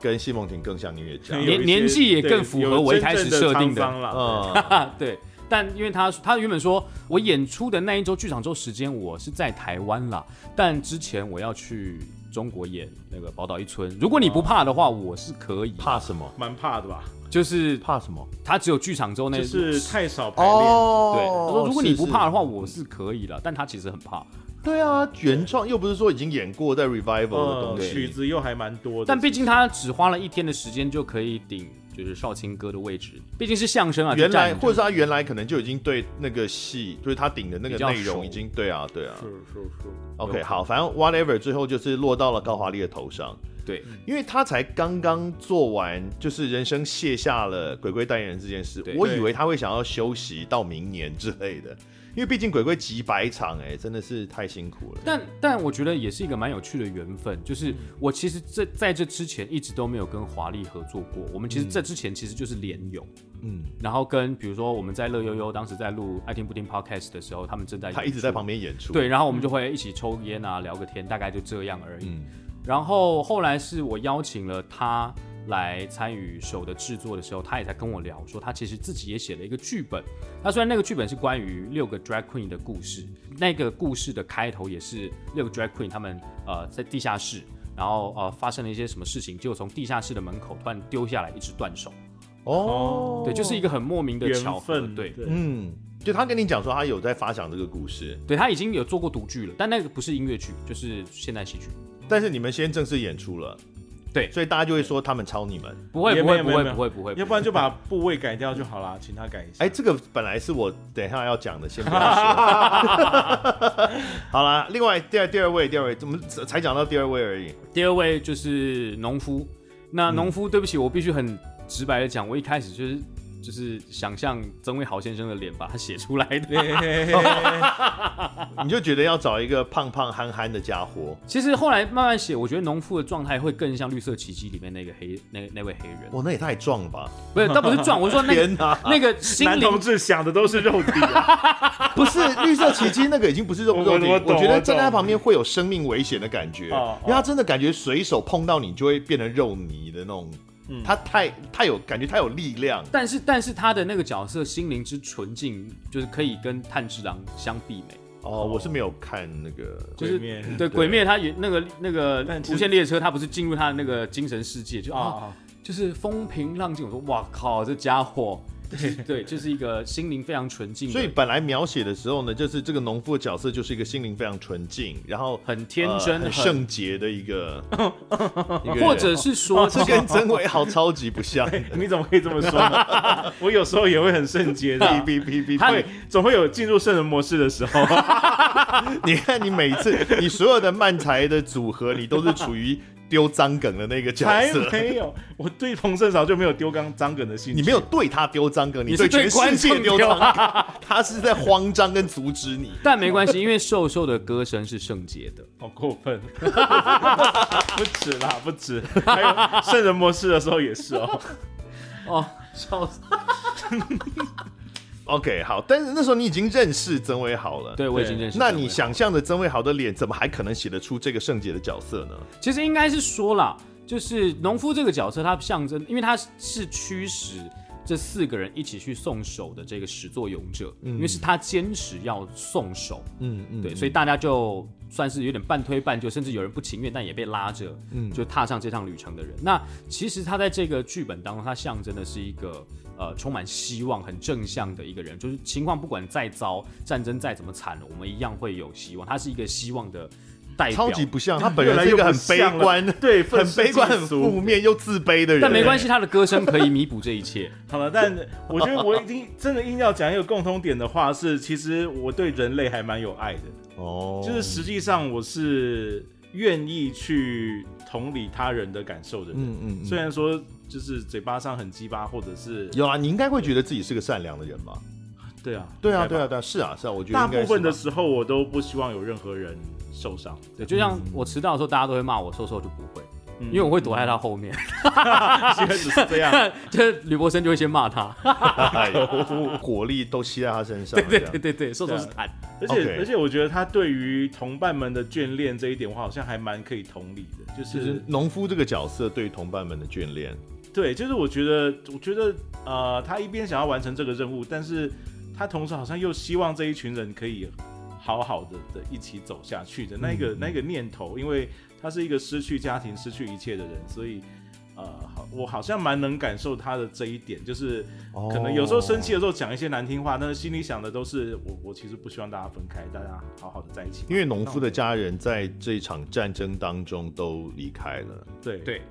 [SPEAKER 1] 跟谢梦婷更像音乐家
[SPEAKER 3] 有。一
[SPEAKER 2] 年
[SPEAKER 3] 些
[SPEAKER 2] 年纪也
[SPEAKER 3] 对
[SPEAKER 2] 更符合我一开始设定
[SPEAKER 3] 有
[SPEAKER 2] 的
[SPEAKER 3] 真正的沧桑啦。
[SPEAKER 1] 嗯，
[SPEAKER 2] 啊， 对。但因为他他原本说我演出的那一周剧场周时间我是在台湾啦，但之前我要去中国演那个宝岛一村。如果你不怕的话，我是可以。
[SPEAKER 1] 哦怕什么？
[SPEAKER 3] 蛮怕的吧？
[SPEAKER 2] 就是
[SPEAKER 1] 怕什么？
[SPEAKER 2] 他只有剧场周那
[SPEAKER 3] 就是太少排练。
[SPEAKER 2] 对，
[SPEAKER 1] 哦
[SPEAKER 2] 他说如果你不怕的话，
[SPEAKER 1] 是
[SPEAKER 2] 我是可以了，但他其实很怕。
[SPEAKER 1] 是对啊，原创又不是说已经演过在 revival 的
[SPEAKER 3] 呃
[SPEAKER 1] 东，
[SPEAKER 3] 曲
[SPEAKER 1] 西，
[SPEAKER 3] 子又还蛮多的，
[SPEAKER 2] 但毕竟他只花了一天的时间就可以顶，就是少卿哥的位置，毕竟是相声啊，
[SPEAKER 1] 原来
[SPEAKER 2] 就站
[SPEAKER 1] 或者是他原来可能就已经对那个戏，就是他顶的那个
[SPEAKER 2] 比较
[SPEAKER 1] 内
[SPEAKER 2] 熟
[SPEAKER 1] 容已经对啊对啊。
[SPEAKER 3] 是是是
[SPEAKER 1] OK，好，反正 whatever，最后就是落到了高华丽的头上，
[SPEAKER 2] 对，
[SPEAKER 1] 因为他才刚刚做完，就是人生卸下了鬼鬼代言人这件事
[SPEAKER 2] 对，
[SPEAKER 1] 我以为他会想要休息到明年之类的，因为毕竟鬼鬼几百场、哎，真的是太辛苦了。
[SPEAKER 2] 但但我觉得也是一个蛮有趣的缘分，就是
[SPEAKER 1] 嗯
[SPEAKER 2] 我其实这在这之前一直都没有跟华丽合作过，我们其实这之前其实就是联友，
[SPEAKER 1] 嗯，
[SPEAKER 2] 然后跟比如说我们在乐悠悠当时在录爱听不听 podcast 的时候，他们正在
[SPEAKER 1] 他一直在旁边嗯演出，
[SPEAKER 2] 对，然后我们就会一起抽烟啊，聊个天，大概就这样而已。
[SPEAKER 1] 嗯
[SPEAKER 2] 然后后来是我邀请了他来参与手的制作的时候，他也在跟我聊说，他其实自己也写了一个剧本。那虽然那个剧本是关于六个 drag queen 的故事，那个故事的开头也是六个 drag queen 他们呃在地下室，然后呃发生了一些什么事情，就从地下室的门口突然丢下来一只断手，
[SPEAKER 1] 哦，
[SPEAKER 2] 对，就是一个很莫名的巧
[SPEAKER 3] 缘
[SPEAKER 2] 合，
[SPEAKER 3] 分
[SPEAKER 2] 对。
[SPEAKER 3] 对，
[SPEAKER 1] 嗯，就他跟你讲说他有在发想这个故事，
[SPEAKER 2] 对他已经有做过独剧了，但那个不是音乐剧，就是现代戏剧。
[SPEAKER 1] 但是你们先正式演出了，
[SPEAKER 2] 对
[SPEAKER 1] 所以大家就会说他们抄你们。
[SPEAKER 2] 不会
[SPEAKER 3] 也
[SPEAKER 2] 不
[SPEAKER 3] 没
[SPEAKER 2] 会
[SPEAKER 3] 有
[SPEAKER 2] 不
[SPEAKER 3] 没有
[SPEAKER 2] 会
[SPEAKER 3] 没有
[SPEAKER 2] 不会不会，
[SPEAKER 3] 要不然就把部位改掉就好啦，请他改一下。
[SPEAKER 1] 哎，这个本来是我等一下要讲的，先不要 说。好啦，另外第二第二位第二位，怎么才讲到第二位而已？
[SPEAKER 2] 第二位就是农夫。那农夫，对不起，我必须很直白的讲，我一开始就是就是想象曾威豪先生的脸，把他写出来的。
[SPEAKER 3] 嘿嘿嘿嘿
[SPEAKER 1] 你就觉得要找一个胖胖憨憨的家伙，
[SPEAKER 2] 其实后来慢慢写，我觉得农夫的状态会更像《绿色奇迹》里面那个黑那那位黑人，
[SPEAKER 1] 哇，那也太壮了 吧！
[SPEAKER 2] 不是，他不是壮，我是说 那个
[SPEAKER 1] 哦天哪，
[SPEAKER 2] 那个心
[SPEAKER 3] 男同
[SPEAKER 2] 灵，
[SPEAKER 3] 志想的都是肉体啊，
[SPEAKER 1] 不是绿色奇迹那个已经不是肉不肉体，
[SPEAKER 3] 我我懂
[SPEAKER 1] 觉
[SPEAKER 3] 我
[SPEAKER 1] 得
[SPEAKER 3] 懂
[SPEAKER 1] 站在他旁边会有生命危险的感觉，
[SPEAKER 3] 哦哦
[SPEAKER 1] 因为他真的感觉随手碰到你就会变成肉泥的那种，
[SPEAKER 3] 嗯
[SPEAKER 1] 他太太有感觉，太有力量。
[SPEAKER 2] 但是但是他的那个角色心灵之纯净，就是可以跟炭治郎相媲美。
[SPEAKER 1] 哦，我是没有看那个，
[SPEAKER 2] 就是
[SPEAKER 3] 鬼灭
[SPEAKER 2] 对鬼灭，他也那个那个
[SPEAKER 3] 嗯但其实
[SPEAKER 2] 无限列车，他不是进入他的那个精神世界，就啊
[SPEAKER 3] 啊，
[SPEAKER 2] 就是风平浪静。我说哇靠，这家伙，就是对，就是一个心灵非常纯净的，
[SPEAKER 1] 所以本来描写的时候呢，就是这个农夫的角色就是一个心灵非常纯净，然后
[SPEAKER 2] 很天
[SPEAKER 1] 呃
[SPEAKER 2] 真，
[SPEAKER 1] 很
[SPEAKER 2] 很
[SPEAKER 1] 圣洁的一 个，一个人
[SPEAKER 2] 或者是说哦这
[SPEAKER 1] 这
[SPEAKER 2] 个
[SPEAKER 1] 跟曾伟豪超级不 像。
[SPEAKER 3] 你怎么可以这么 说呢？我有时候也会很圣洁的，
[SPEAKER 1] 哔哔哔
[SPEAKER 2] 他
[SPEAKER 1] 哔！对，
[SPEAKER 3] 总会有进入圣人模式的时候。
[SPEAKER 1] 你看你每 次你所有的漫才的组合，你都是处于丢脏梗的那个 角
[SPEAKER 3] 才
[SPEAKER 1] 色。
[SPEAKER 3] 哎没有，我对彭盛韶就没有丢刚张梗的兴趣。
[SPEAKER 1] 你没有对他丢脏梗，
[SPEAKER 2] 你是
[SPEAKER 1] 对
[SPEAKER 2] 对
[SPEAKER 1] 全
[SPEAKER 2] 观
[SPEAKER 1] 世界
[SPEAKER 2] 众
[SPEAKER 1] 丢
[SPEAKER 2] 丢
[SPEAKER 1] 脏梗， 他是在慌张跟阻止你。
[SPEAKER 2] 但没关系，因为瘦瘦的歌声是圣洁的。
[SPEAKER 3] 好过分， 不止啦，不止，还有圣人模式的时候也是 哦。
[SPEAKER 2] 哦，笑死！
[SPEAKER 1] OK，好，但是那时候你已经认识曾伟豪了，
[SPEAKER 2] 对我已经认识。
[SPEAKER 1] 那你，想象的曾伟豪的脸，怎么还可能写得出这个圣洁的角色呢？
[SPEAKER 2] 其实应该是说啦，就是农夫这个角色，他象征，因为他是驱使这四个人一起去送手的这个始作俑者，因为是他坚持要送手，
[SPEAKER 1] 嗯嗯，
[SPEAKER 2] 对，所以大家就算是有点半推半就，甚至有人不情愿，但也被拉着，
[SPEAKER 1] 嗯
[SPEAKER 2] 就踏上这趟旅程的人。那其实他在这个剧本当中，他象征的是一个呃充满希望、很正向的一个人，就是情况不管再糟，战争再怎么惨，我们一样会有希望。他是一个希望的代表，
[SPEAKER 1] 超级不像，他本
[SPEAKER 3] 越
[SPEAKER 1] 人
[SPEAKER 3] 来
[SPEAKER 1] 是
[SPEAKER 3] 越
[SPEAKER 1] 一个很
[SPEAKER 3] 不
[SPEAKER 1] 悲
[SPEAKER 3] 像了
[SPEAKER 1] 观、
[SPEAKER 3] 对，愤
[SPEAKER 1] 很
[SPEAKER 3] 世
[SPEAKER 1] 悲观、
[SPEAKER 3] 嫉
[SPEAKER 1] 很
[SPEAKER 3] 俗
[SPEAKER 1] 负面又自卑的人。
[SPEAKER 2] 但没关系，他的歌声可以弥补这一切。
[SPEAKER 3] 好了，但我觉得我已经真的硬要讲一个共通点的话是，其实我对人类还蛮有爱的，
[SPEAKER 1] 哦
[SPEAKER 3] 就是实际上我是愿意去同理他人的感受的人。
[SPEAKER 1] 嗯嗯，
[SPEAKER 3] 虽然说就是嘴巴上很鸡巴，或者是
[SPEAKER 1] 有啊，你应该会觉得自己是个善良的人吧？
[SPEAKER 3] 对啊，
[SPEAKER 1] 对啊，
[SPEAKER 3] 应该
[SPEAKER 1] 对
[SPEAKER 3] 吧
[SPEAKER 1] 啊，对啊，是啊，是啊，我觉得
[SPEAKER 3] 大
[SPEAKER 1] 应该
[SPEAKER 3] 部
[SPEAKER 1] 是
[SPEAKER 3] 分的
[SPEAKER 1] 吧
[SPEAKER 3] 时候我都不希望有任何人受伤，
[SPEAKER 2] 对，就像
[SPEAKER 1] 嗯
[SPEAKER 2] 我迟到的时候，大家都会骂我，瘦瘦就不会，
[SPEAKER 3] 嗯
[SPEAKER 2] 因为我会躲在他后面，
[SPEAKER 3] 现在只是 这
[SPEAKER 1] 嗯
[SPEAKER 3] 样。
[SPEAKER 2] 就是吕伯生就会先骂他。
[SPEAKER 1] 哎呦火力都吸在他身上
[SPEAKER 2] 对
[SPEAKER 1] 了， 这
[SPEAKER 2] 对
[SPEAKER 1] 样
[SPEAKER 2] 对对对，瘦瘦是
[SPEAKER 3] 对啊
[SPEAKER 2] 坦。
[SPEAKER 3] 而
[SPEAKER 1] OK
[SPEAKER 3] 且而且，我觉得他对于同伴们的眷恋这一点，我好像还蛮可以同理的，就、
[SPEAKER 1] 就是是农夫这个角色对于同伴们的眷恋，
[SPEAKER 3] 对，就是我觉得，我觉得呃，他一边想要完成这个任务，但是他同时好像又希望这一群人可以好好的的一起走下去的那
[SPEAKER 1] 嗯
[SPEAKER 3] 一个、那一个念头，因为他是一个失去家庭、失去一切的人，所以呃，好我好像蛮能感受他的这一点，就是可能有时候生气的时候讲一些难听话，但是心里想的都是我，我其实不希望大家分开，大家好好的在一起。
[SPEAKER 1] 因为农夫的家人在这一场战争当中都离开了，
[SPEAKER 3] 对
[SPEAKER 2] 对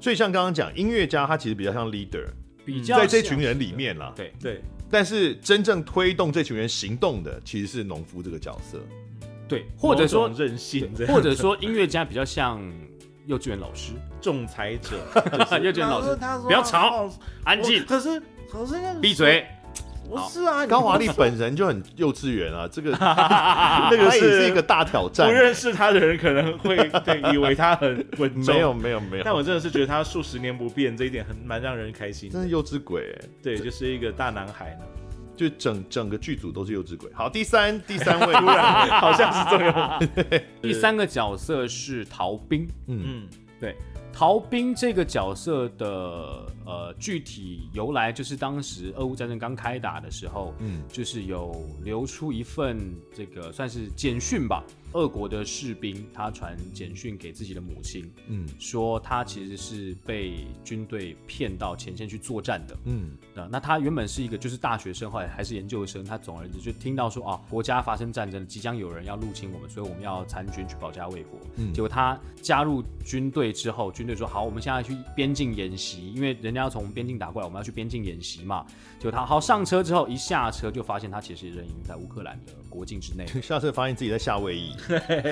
[SPEAKER 1] 所以像刚刚讲，音乐家他其实比较像 leader，
[SPEAKER 2] 比
[SPEAKER 3] 嗯
[SPEAKER 2] 较
[SPEAKER 1] 在这
[SPEAKER 2] 像
[SPEAKER 1] 群人里面啦。
[SPEAKER 2] 对
[SPEAKER 3] 对，
[SPEAKER 1] 但是真正推动这群人行动的，其实是农夫这个角 色。
[SPEAKER 2] 对，或者说
[SPEAKER 3] 某种任性这样，
[SPEAKER 2] 或者说音乐家比较像幼稚园老师，
[SPEAKER 3] 仲裁者，
[SPEAKER 2] 幼稚园老师
[SPEAKER 3] 师
[SPEAKER 2] 不要吵，安静，
[SPEAKER 3] 可是可是那个
[SPEAKER 2] 闭嘴。
[SPEAKER 3] 不是啊，
[SPEAKER 1] 高华
[SPEAKER 3] 丽
[SPEAKER 1] 丽本人就很幼稚园啊， 这个那个是一个大挑战
[SPEAKER 3] 不。认识他的人可能会对以为他很稳重，
[SPEAKER 1] 没有，没有没
[SPEAKER 3] 但
[SPEAKER 1] 有，
[SPEAKER 3] 我真的是觉得他数十年不变这一点很蛮让人开心
[SPEAKER 1] 真
[SPEAKER 3] 的
[SPEAKER 1] 是。幼稚鬼、欸，
[SPEAKER 3] 对，就是一个大男孩呢，
[SPEAKER 1] 就整整个剧组都是幼稚鬼。好，第三第三 位，
[SPEAKER 3] 好像是这样。
[SPEAKER 2] 第三个角色是逃兵，
[SPEAKER 1] 嗯，
[SPEAKER 3] 嗯，
[SPEAKER 2] 对，逃兵这个角色的呃具体由来就是当时俄乌战争刚开打的时候，
[SPEAKER 1] 嗯
[SPEAKER 2] 嗯，就是有流出一份这个算是简讯吧，俄国的士兵他传简讯给自己的母亲，
[SPEAKER 1] 嗯
[SPEAKER 2] 嗯，说他其实是被军队骗到前线去作战的，
[SPEAKER 1] 嗯
[SPEAKER 2] 啊，那他原本是一个就是大学生，后来还是研究生，他总而言之就听到说啊，国家发生战争，即将有人要入侵我们，所以我们要参军去保家卫国。结果他加入军队之后，军队说好，我们现在去边境演习，因为人家要从边境打过来，我们要去边境演习嘛。结果他好上车之后，一下车就发现他其实人已经在乌克兰的国境之内了。
[SPEAKER 1] 下次发现自己在夏威 夷，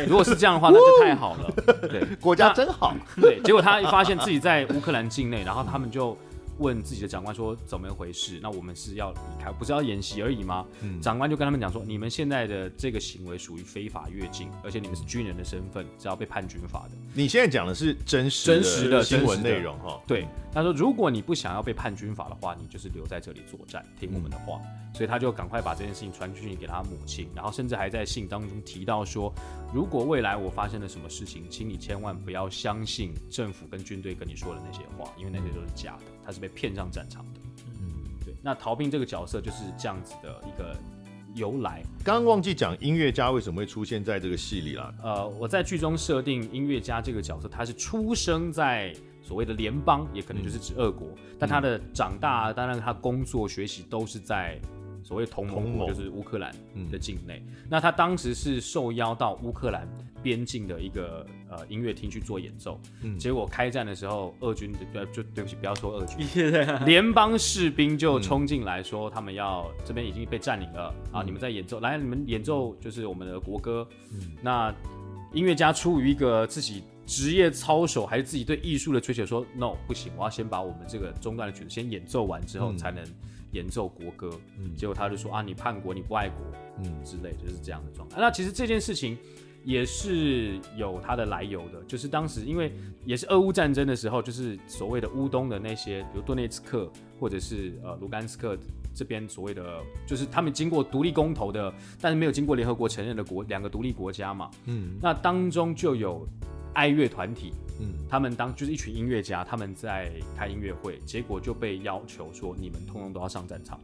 [SPEAKER 2] 如果是这样的话，那就太好了。对，
[SPEAKER 1] 国家真好。
[SPEAKER 2] 对，结果他一发现自己在乌克兰境内，然后他们就问自己的长官说怎么回事？那我们是要离开，不是要演习而已吗？长官就跟他们讲说，你们现在的这个行为属于非法越境，而且你们是军人的身份，是要被判军法的。
[SPEAKER 1] 你现在讲的是真实
[SPEAKER 2] 真实的
[SPEAKER 1] 新闻
[SPEAKER 2] 真实的
[SPEAKER 1] 内容哈，
[SPEAKER 2] 对，他说如果你不想要被判军法的话，你就是留在这里作战，听我们的话。所以他就赶快把这件事情传讯息给他母亲，然后甚至还在信当中提到说，如果未来我发生了什么事情，请你千万不要相信政府跟军队跟你说的那些话，因为那些都是假的，他是被骗上战场的。嗯，对。那逃兵这个角色就是这样子的一个由来。
[SPEAKER 1] 刚刚忘记讲音乐家为什么会出现在这个戏里啦。
[SPEAKER 2] 呃，我在剧中设定音乐家这个角色，他是出生在所谓的联邦，也可能就是指俄国，但他的
[SPEAKER 1] 嗯
[SPEAKER 2] 长大，当然他工作、学习都是在所谓同
[SPEAKER 1] 同
[SPEAKER 2] 盟
[SPEAKER 1] 盟嗯
[SPEAKER 2] 国，就是乌克兰的境内。那他当时是受邀到乌克兰边境的一个呃音乐厅去做演奏，
[SPEAKER 1] 嗯
[SPEAKER 2] 结果开战的时候，俄军呃就对不起，不要说俄军，联邦士兵就冲进来说，他们要这边已经被占领了、啊！你们在演奏，来，你们演奏就是我们的国歌。那音乐家出于一个自己职业操守还是自己对艺术的追求说，no 不行，我要先把我们这个中断的曲子先演奏完之后，才能演奏国歌。结果他就说啊，你叛国，你不爱国，嗯之类，就是这样的状态。那其实这件事情。也是有它的来由的，就是当时因为也是俄乌战争的时候，就是所谓的乌东的那些，比如顿涅茨克或者是呃卢甘斯克这边所谓的，就是他们经过独立公投的，但是没有经过联合国承认的国两个独立国家嘛，嗯，那当中就有爱乐团体，嗯，他们当就是一群音乐家，他们在开音乐会，结果就被要求说你们通通都要上战场，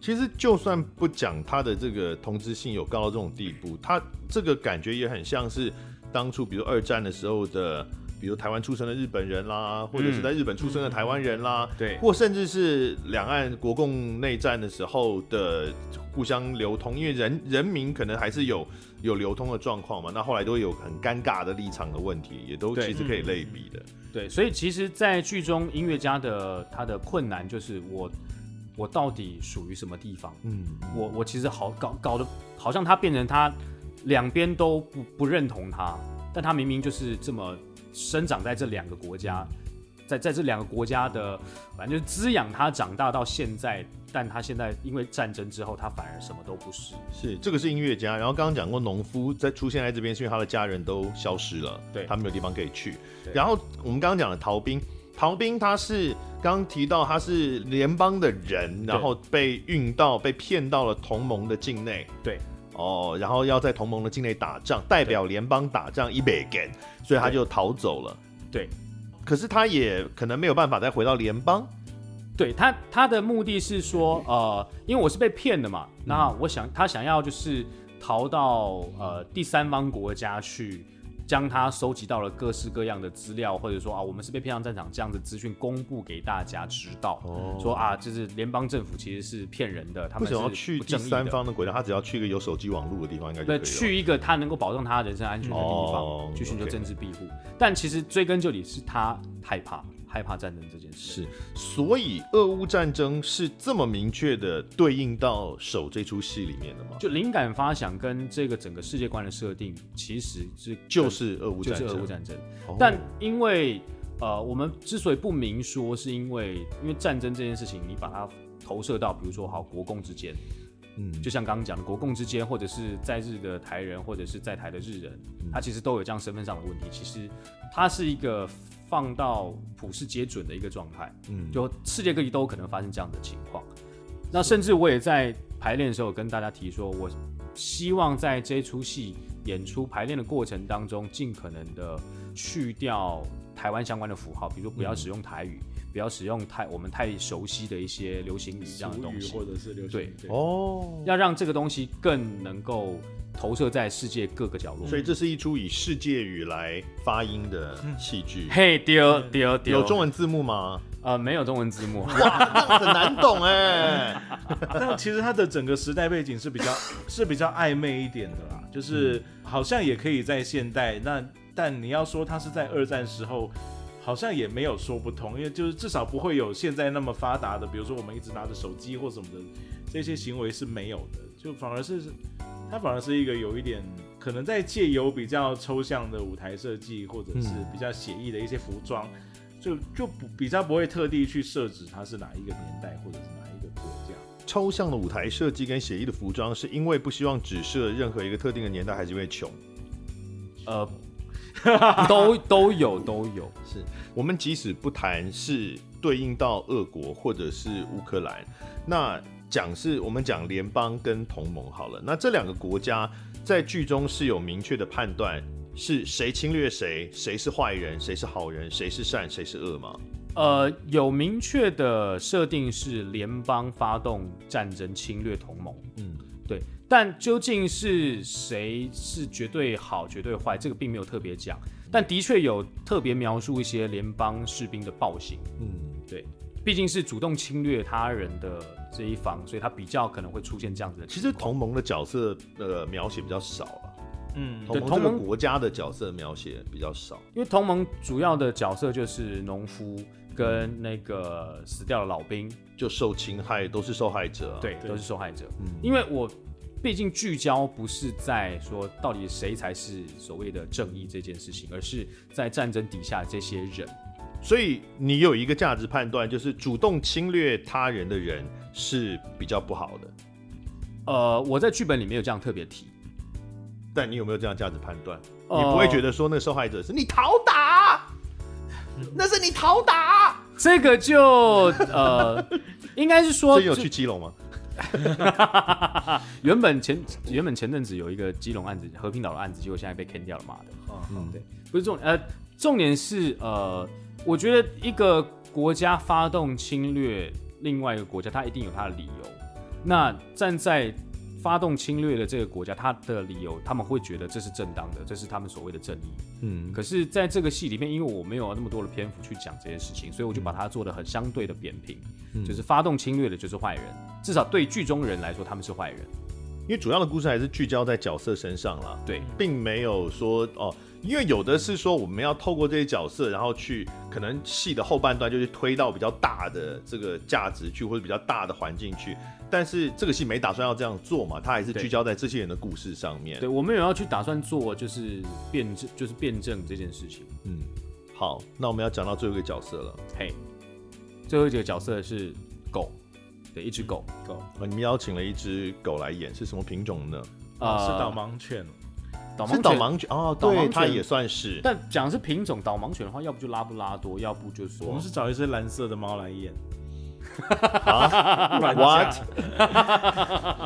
[SPEAKER 1] 其实就算不讲他的这个同质性有高到这种地步，他这个感觉也很像是当初比如二战的时候的，比如台湾出生的日本人
[SPEAKER 2] 嗯
[SPEAKER 1] 啦，或者是在日本出生的台湾人啦，
[SPEAKER 3] 对
[SPEAKER 1] 或甚至是两岸国共内战的时候的互相流通，因为人人民可能还是有有流通的状况嘛，那后来都会有很尴尬的立场的问题，也都
[SPEAKER 2] 对嗯
[SPEAKER 1] 其实可以类比的。
[SPEAKER 2] 对，所以其实，在剧中音乐家的他的困难就是我我到底属于什么地方？
[SPEAKER 1] 嗯，
[SPEAKER 2] 我我其实好搞搞得好像他变成他两边都不不认同他，但他明明就是这么生长在这两个国家，在在这两个国家的，反正就是滋养他长大到现在，但他现在因为战争之后，他反而什么都不是。
[SPEAKER 1] 是，这个是音乐家。然后刚刚讲过，农夫在出现在这边是因为他的家人都消失了，
[SPEAKER 2] 对
[SPEAKER 1] 他没有地方可以去。
[SPEAKER 2] 对
[SPEAKER 1] 然后我们刚刚讲的逃兵，逃兵他是刚刚提到他是联邦的人，然后被运到被骗到了同盟的境内。
[SPEAKER 2] 对，
[SPEAKER 1] 哦，然后要在同盟的境内打仗，代表联邦打仗一百根，所以他就逃走了。
[SPEAKER 2] 对，
[SPEAKER 1] 可是他也可能没有办法再回到联邦。
[SPEAKER 2] 对他，他的目的是说，呃，因为我是被骗的嘛，那我想他想要就是逃到呃第三方国家去将他收集到了各式各样的资料，或者说啊，我们是被骗上战场这样的资讯公布给大家知道，
[SPEAKER 1] 哦
[SPEAKER 2] 说啊，就是联邦政府其实是骗人的，他
[SPEAKER 1] 不
[SPEAKER 2] 们是
[SPEAKER 1] 想要
[SPEAKER 2] 不
[SPEAKER 1] 去第
[SPEAKER 2] 正义
[SPEAKER 1] 三
[SPEAKER 2] 的。
[SPEAKER 1] 方的轨道，他只要去一个有手机网络的地方，应该就可以
[SPEAKER 2] 对，
[SPEAKER 1] 了。
[SPEAKER 2] 去一个他能够保障他人身安全的地方，
[SPEAKER 1] 哦
[SPEAKER 2] 去寻求
[SPEAKER 1] OK
[SPEAKER 2] 政治庇护。但其实追根究底是他害怕，害怕战争这件事。
[SPEAKER 1] 是，所以俄乌战争是这么明确的对应到手这出戏里面的吗？
[SPEAKER 2] 就灵感发想跟这个整个世界观的设定，其实是
[SPEAKER 1] 就是俄乌
[SPEAKER 2] 就
[SPEAKER 1] 战
[SPEAKER 2] 是
[SPEAKER 1] 争，
[SPEAKER 2] 俄乌战争。
[SPEAKER 1] 哦
[SPEAKER 2] 但因为呃，我们之所以不明说，是因为因为战争这件事情，你把它投射到比如说好国共之间，
[SPEAKER 1] 嗯，
[SPEAKER 2] 就像刚刚讲的国共之间，或者是在日的台人，或者是在台的日人，
[SPEAKER 1] 嗯
[SPEAKER 2] 他其实都有这样身份上的问题。其实它是一个放到普世皆准的一个状态，
[SPEAKER 1] 嗯
[SPEAKER 2] 就世界各地都有可能发生这样的情况。那甚至我也在排练的时候有跟大家提说，我希望在这出戏演出排练的过程当中，尽可能的去掉台湾相关的符号，比如说不要
[SPEAKER 1] 嗯
[SPEAKER 2] 使用台语，不要使用太我们太熟悉的一些流行语这样的
[SPEAKER 3] 俗
[SPEAKER 2] 东
[SPEAKER 3] 语
[SPEAKER 2] 西，
[SPEAKER 3] 或者是流行
[SPEAKER 2] 对
[SPEAKER 3] 语对
[SPEAKER 1] 哦，
[SPEAKER 2] 要让这个东西更能够投射在世界各个角落。
[SPEAKER 1] 所以这是一出以世界语来发音的戏剧，
[SPEAKER 2] 嘿，哦丢丢丢，
[SPEAKER 1] 有中文字幕吗？
[SPEAKER 2] 呃没有中文字幕，
[SPEAKER 1] 哇，那样很难懂哎、
[SPEAKER 3] 但其实它的整个时代背景是比较是比较暧昧一点的啦，就是好像也可以在现代，那但你要说它是在二战时候，好像也没有说不通，因为就是至少不会有现在那么发达的，比如说我们一直拿着手机或什么的，这些行为是没有的，就反而是它反而是一个有一点。可能在借由比较抽象的舞台设计，或者是
[SPEAKER 1] 嗯
[SPEAKER 3] 比较写意的一些服装，就就不比较不会特地去设置它是哪一个年代或者是哪一个国家。
[SPEAKER 1] 抽象的舞台设计跟写意的服装，是因为不希望只设任何一个特定的年代，还是因为穷？
[SPEAKER 2] 呃，都都有都有，
[SPEAKER 1] 是我们即使不谈是对应到俄国或者是乌克兰，那讲是我们讲联邦跟同盟好了。那这两个国家在剧中是有明确的判断，是谁侵略谁，谁是坏人，谁是好人，谁是善，谁是恶吗？
[SPEAKER 2] 呃，有明确的设定是联邦发动战争侵略同盟，
[SPEAKER 1] 嗯，
[SPEAKER 2] 对。但究竟是谁是绝对好、绝对坏，这个并没有特别讲。但的确有特别描述一些联邦士兵的暴行，
[SPEAKER 1] 嗯，
[SPEAKER 2] 对，毕竟是主动侵略他人的这一方，所以他比较可能会出现这样子的
[SPEAKER 1] 其
[SPEAKER 2] 情
[SPEAKER 1] 实
[SPEAKER 2] 况。
[SPEAKER 1] 同盟的角色呃描写比较少了，
[SPEAKER 3] 嗯，
[SPEAKER 1] 同盟
[SPEAKER 2] 同
[SPEAKER 1] 这个
[SPEAKER 2] 盟
[SPEAKER 1] 国家的角色描写比较少。
[SPEAKER 2] 因为同盟主要的角色就是农夫跟那个死掉的老兵，
[SPEAKER 1] 就受侵害都是受害者、啊，嗯
[SPEAKER 2] 对，
[SPEAKER 3] 对
[SPEAKER 2] 都是受害者。因为我毕竟聚焦不是在说到底谁才是所谓的正义这件事情，而是在战争底下这些人。
[SPEAKER 1] 所以你有一个价值判断，就是主动侵略他人的人是比较不好的。
[SPEAKER 2] 呃，我在剧本里面有这样特别提，
[SPEAKER 1] 但你有没有这样价值判断？
[SPEAKER 2] 呃
[SPEAKER 1] 你不会觉得说那个受害者是你讨打， 那是你讨打。
[SPEAKER 2] 这个就呃， 应该是说
[SPEAKER 1] 最近有去基隆吗？
[SPEAKER 2] 原本前原本前阵子有一个基隆案子，和平岛的案子，结果现在被坑掉了嘛的。
[SPEAKER 3] 嗯，对，
[SPEAKER 2] 不是重点，呃，重点是呃，我觉得一个国家发动侵略另外一个国家，它一定有它的理由。那站在发动侵略的这个国家，它的理由，他们会觉得这是正当的，这是他们所谓的正义。
[SPEAKER 1] 嗯，
[SPEAKER 2] 可是，在这个戏里面，因为我没有那么多的篇幅去讲这些事情，所以我就把它做的很相对的扁平，就是发动侵略的就是坏人，至少对剧中人来说，他们是坏人。
[SPEAKER 1] 因为主要的故事还是聚焦在角色身上啦，
[SPEAKER 2] 对，
[SPEAKER 1] 并没有说哦，因为有的是说我们要透过这些角色，然后去可能戏的后半段就是推到比较大的这个价值去，或者比较大的环境去。但是这个戏没打算要这样做嘛，它还是
[SPEAKER 2] 对
[SPEAKER 1] 聚焦在这些人的故事上面。
[SPEAKER 2] 对，我们有要去打算做就是辩证，就是辩证这件事情。
[SPEAKER 1] 嗯，好，那我们要讲到最后一个角色了。
[SPEAKER 2] 嘿，最后一个角色是狗，对，一只狗，
[SPEAKER 3] 狗
[SPEAKER 1] 啊你们邀请了一只狗来演，是什么品种呢？
[SPEAKER 3] 啊是导
[SPEAKER 2] 哦盲
[SPEAKER 3] 盲犬，
[SPEAKER 2] 呃导盲
[SPEAKER 1] 是
[SPEAKER 2] 犬
[SPEAKER 1] 导，盲犬哦，
[SPEAKER 2] 导盲
[SPEAKER 1] 对，
[SPEAKER 2] 犬
[SPEAKER 1] 它也算是。
[SPEAKER 2] 但讲的是品种导盲犬的话，要不就拉布拉多，要不就
[SPEAKER 3] 我哦
[SPEAKER 2] 说
[SPEAKER 3] 们是找一只蓝色的猫来演。
[SPEAKER 1] What？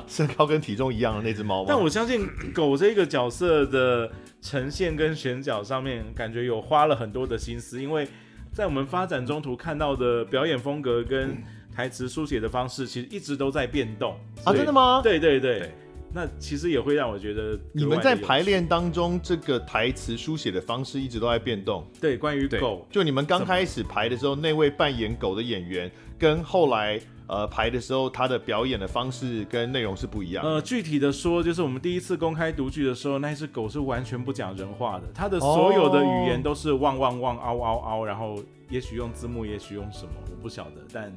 [SPEAKER 1] 身高跟体重一样的那只猫吗？
[SPEAKER 3] 但我相信狗这个角色的呈现跟选角上面，感觉有花了很多的心思，因为在我们发展中途看到的表演风格跟台词书写的方式，其实一直都在变动。
[SPEAKER 1] 啊，真的吗？
[SPEAKER 3] 对对对，那其实也会让我觉得
[SPEAKER 1] 你
[SPEAKER 3] 格
[SPEAKER 1] 们
[SPEAKER 3] 外
[SPEAKER 1] 在
[SPEAKER 3] 的有
[SPEAKER 1] 排
[SPEAKER 3] 趣
[SPEAKER 1] 练当中，这个台词书写的方式一直都在变动。
[SPEAKER 3] 对关于
[SPEAKER 2] 对
[SPEAKER 3] 狗
[SPEAKER 1] 就你们刚开始排的时候，那位扮演狗的演员，跟后来呃排的时候，他的表演的方式跟内容是不一样的。
[SPEAKER 3] 呃，具体的说，就是我们第一次公开独剧的时候，那只狗是完全不讲人话的，它的所有的语言都是汪汪汪、嗷嗷嗷，然后也许用字幕，也许用什么，我不晓得，但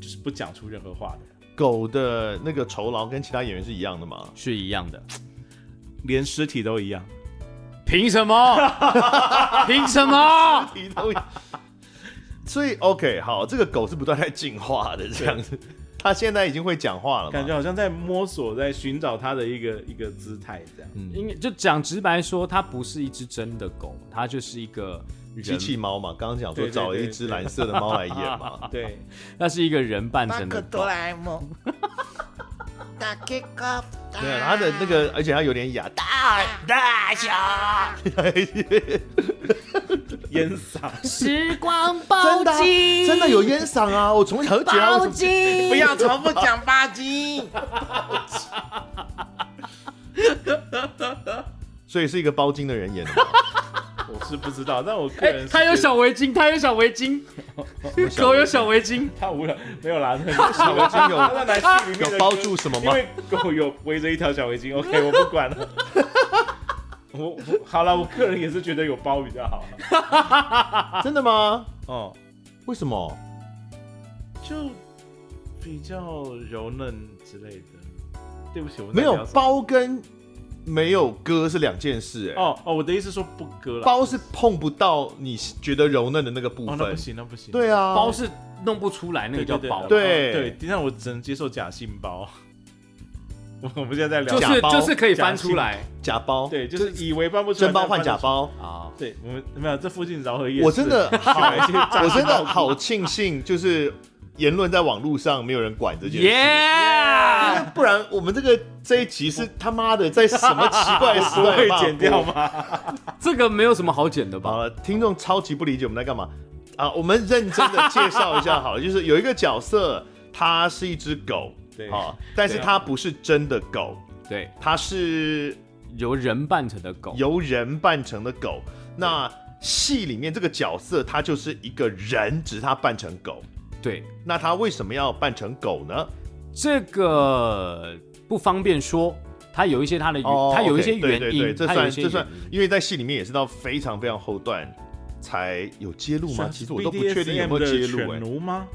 [SPEAKER 3] 就是不讲出任何话的，
[SPEAKER 1] 狗的那个酬劳跟其他演员是一样的吗？
[SPEAKER 2] 是一样的。
[SPEAKER 3] 连尸体都一样。
[SPEAKER 2] 凭什 么？凭什么？
[SPEAKER 1] 提都一所以 OK，好，这个狗是不断在进化的这样子，它现在已经会讲话了嘛？
[SPEAKER 3] 感觉好像在摸索，在寻找它的一个一个姿态这样。
[SPEAKER 2] 应该就讲直白说，它不是一只真的狗，它就是一个
[SPEAKER 1] 机
[SPEAKER 2] 人，
[SPEAKER 1] 器猫嘛，刚刚讲说
[SPEAKER 3] 对对
[SPEAKER 1] 找了一
[SPEAKER 3] 对
[SPEAKER 1] 只
[SPEAKER 3] 对
[SPEAKER 1] 蓝色的猫来演 嘛。
[SPEAKER 3] 对，
[SPEAKER 2] 那是一个人扮
[SPEAKER 4] 那
[SPEAKER 2] 成
[SPEAKER 4] 个
[SPEAKER 2] 的
[SPEAKER 4] 哆
[SPEAKER 2] 狗。
[SPEAKER 4] 啦 A 梦， 大哥哥，
[SPEAKER 1] 没有，它的那个，而且它有点哑，
[SPEAKER 4] 大大侠，
[SPEAKER 3] 烟嗓，
[SPEAKER 5] 时光包
[SPEAKER 1] 真的啊、
[SPEAKER 5] 机，
[SPEAKER 1] 真的有烟嗓啊！我从小就觉得它为什
[SPEAKER 5] 包
[SPEAKER 1] 么
[SPEAKER 5] 机，
[SPEAKER 4] 不要重复讲吧 唧。
[SPEAKER 1] 所以是一个包金的人演的嘛。
[SPEAKER 3] 我是不知道，但我个
[SPEAKER 2] 哎
[SPEAKER 3] 人，是
[SPEAKER 2] 它有
[SPEAKER 3] 觉得
[SPEAKER 2] 小围巾，它有小围 巾，狗有小围巾。
[SPEAKER 3] 它无聊，没有啦，那个
[SPEAKER 1] 小围巾有
[SPEAKER 3] 它在男戏里面
[SPEAKER 1] 有
[SPEAKER 3] 的
[SPEAKER 1] 包住什么
[SPEAKER 3] 因
[SPEAKER 1] 吗？
[SPEAKER 3] 为狗有围着一条小围巾，OK，我不 管了。我我好了，我个人也是觉得有包比较好啦。
[SPEAKER 1] 真的吗？
[SPEAKER 3] 哦、
[SPEAKER 1] 为什么？
[SPEAKER 3] 就比较柔嫩之类的。对不起，我们在
[SPEAKER 1] 没有
[SPEAKER 3] 聊什么
[SPEAKER 1] 包跟没有割是两件事、哎、
[SPEAKER 3] 哦哦，我的意思说不割了。
[SPEAKER 1] 包是碰不到你觉得柔嫩的那个部
[SPEAKER 3] 哦，那
[SPEAKER 1] 分
[SPEAKER 3] 不。行，那不行。
[SPEAKER 1] 对啊，
[SPEAKER 2] 包是弄不出来，那个
[SPEAKER 3] 对，对
[SPEAKER 2] 叫
[SPEAKER 3] 对
[SPEAKER 2] 包。
[SPEAKER 1] 对
[SPEAKER 3] 对，那我只能接受假性包。 我我们现在在聊
[SPEAKER 2] 就
[SPEAKER 3] 假，
[SPEAKER 2] 是
[SPEAKER 1] 假包
[SPEAKER 2] 就是可以翻出来
[SPEAKER 1] 假包，
[SPEAKER 3] 对，就是以为搬不出来，
[SPEAKER 1] 真包
[SPEAKER 3] 但
[SPEAKER 1] 换
[SPEAKER 3] 搬得
[SPEAKER 1] 假
[SPEAKER 3] 出。
[SPEAKER 1] 包。
[SPEAKER 2] 啊。
[SPEAKER 3] 对，我们没有这附近饶河夜市，
[SPEAKER 1] 我真 的好，
[SPEAKER 3] 买一些 炸
[SPEAKER 1] 我真
[SPEAKER 3] 鸡
[SPEAKER 1] 的
[SPEAKER 3] 包
[SPEAKER 1] 好庆幸，就是言论在网络上没有人管这件事。因为
[SPEAKER 2] 耶！
[SPEAKER 1] 不然我们这个这一集是他妈的在什么奇怪的 时
[SPEAKER 3] 不会
[SPEAKER 1] 代
[SPEAKER 3] 剪掉
[SPEAKER 1] 吗？
[SPEAKER 3] 吗？
[SPEAKER 2] 这个没有什么好剪的
[SPEAKER 1] 好
[SPEAKER 2] 吧？
[SPEAKER 1] 了，听众超级不理解我们在干嘛啊！我们认真的介绍一下好 了，就是有一个角色，它是一只狗，
[SPEAKER 3] 对
[SPEAKER 1] 啊，但是
[SPEAKER 3] 对啊
[SPEAKER 1] 它不是真的狗，
[SPEAKER 2] 对，
[SPEAKER 1] 它是
[SPEAKER 2] 由人扮成的狗。
[SPEAKER 1] 由人扮成的狗。那戏里面这个角色，他就是一个人，只是他扮成狗。
[SPEAKER 2] 对，
[SPEAKER 1] 那他为什么要扮成狗呢？
[SPEAKER 2] 这个不方便说，它有一些它的原，它有一些
[SPEAKER 1] 哦 OK，对对
[SPEAKER 2] 原
[SPEAKER 1] 对
[SPEAKER 2] 因，
[SPEAKER 1] 这
[SPEAKER 2] 它有一
[SPEAKER 1] 算
[SPEAKER 2] 些
[SPEAKER 1] 这算
[SPEAKER 2] 原因，
[SPEAKER 1] 因为在戏里面也是到非常非常后段才有揭露吗？其实我都不确定有没有揭露、
[SPEAKER 3] BDSM 的犬
[SPEAKER 1] 哎，
[SPEAKER 3] 奴吗？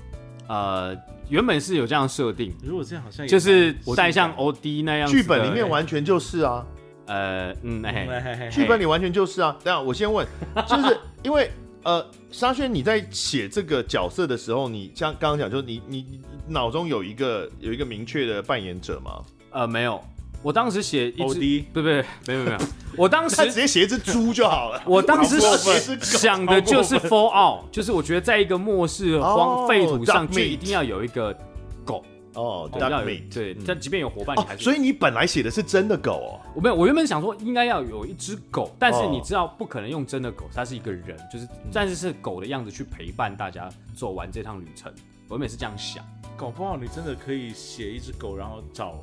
[SPEAKER 2] 呃，原本是有这样设定，
[SPEAKER 3] 如果这样好像也
[SPEAKER 2] 就是带像
[SPEAKER 3] 我
[SPEAKER 2] OD 那样子的
[SPEAKER 1] 剧本里面完全就是啊，
[SPEAKER 2] 呃嗯
[SPEAKER 3] 嘿
[SPEAKER 2] 哎，
[SPEAKER 3] 嘿嘿
[SPEAKER 1] 剧本里完全就是啊。等一下我先 问，就是因为呃，沙宣你在写这个角色的时候，你像刚刚讲，就是你你你脑中有一个有一个明确的扮演者吗？
[SPEAKER 2] 呃没有，我当时写一只，
[SPEAKER 3] OD
[SPEAKER 2] 不不不没有没有没有， 我当
[SPEAKER 1] 他直
[SPEAKER 2] 时。
[SPEAKER 1] 接写一只猪就好 了
[SPEAKER 2] 我当时
[SPEAKER 1] 好过分
[SPEAKER 2] 是想的就是 fall out，就是我觉得在一个末世荒废土上
[SPEAKER 1] 哦，
[SPEAKER 2] 就一定要有一个狗，
[SPEAKER 1] 哦
[SPEAKER 2] 一定要
[SPEAKER 1] ，Duck
[SPEAKER 2] 有
[SPEAKER 1] Meat。
[SPEAKER 2] 对，但即便有伙伴，你
[SPEAKER 1] 哦
[SPEAKER 2] 还，是
[SPEAKER 1] 所以你本来写的是真的狗
[SPEAKER 2] 我没有，我原本想说应该要有一只狗，但是
[SPEAKER 1] 哦嗯
[SPEAKER 2] 你知道不可能用真的狗，它是一个人，就是但是是狗的样子去陪伴大家走完这趟旅程。我原本是这样 想，
[SPEAKER 3] 搞不好你真的可以写一只狗，然后找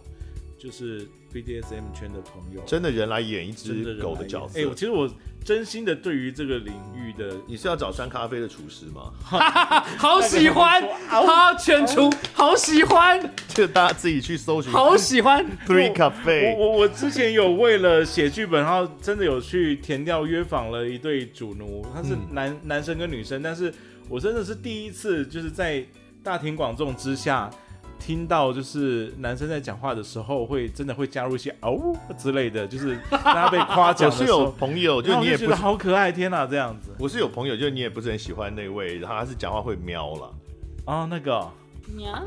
[SPEAKER 3] 就是 BDSM 圈的朋友，
[SPEAKER 1] 哦，真的人来演一只
[SPEAKER 3] 真人
[SPEAKER 1] 狗
[SPEAKER 3] 来
[SPEAKER 1] 的
[SPEAKER 3] 演
[SPEAKER 1] 角色。
[SPEAKER 3] 哎、我其实我真心的对于这个领域的
[SPEAKER 1] 你是要找三咖啡的厨师吗？
[SPEAKER 2] 好喜欢，
[SPEAKER 1] 啊
[SPEAKER 2] 好全厨，
[SPEAKER 1] 嗯
[SPEAKER 2] 好喜欢，
[SPEAKER 1] 这个大家自己去搜寻。
[SPEAKER 2] 好喜欢，
[SPEAKER 1] Three
[SPEAKER 3] 我
[SPEAKER 1] Cafe，
[SPEAKER 3] 我我之前有为了写剧本，然后真的有去填掉约访了一对主奴，他
[SPEAKER 1] 嗯
[SPEAKER 3] 是男、男生跟女生，但是我真的是第一次就是在大庭广众之下听到，就是男生在讲话的时候会真的会加入一些哦之类的，就是让他被夸奖
[SPEAKER 1] 我
[SPEAKER 3] 的时
[SPEAKER 1] 是
[SPEAKER 3] 候，
[SPEAKER 1] 有朋友，就是
[SPEAKER 3] 然后
[SPEAKER 1] 你
[SPEAKER 3] 我
[SPEAKER 1] 也
[SPEAKER 3] 就觉
[SPEAKER 1] 不
[SPEAKER 3] 得
[SPEAKER 1] 是，
[SPEAKER 3] 好可爱，天哪，这样子
[SPEAKER 1] 我是有朋友，就是你也不是很喜欢那位，然后他是讲话会喵了。
[SPEAKER 3] 哦，那个哦
[SPEAKER 5] 娘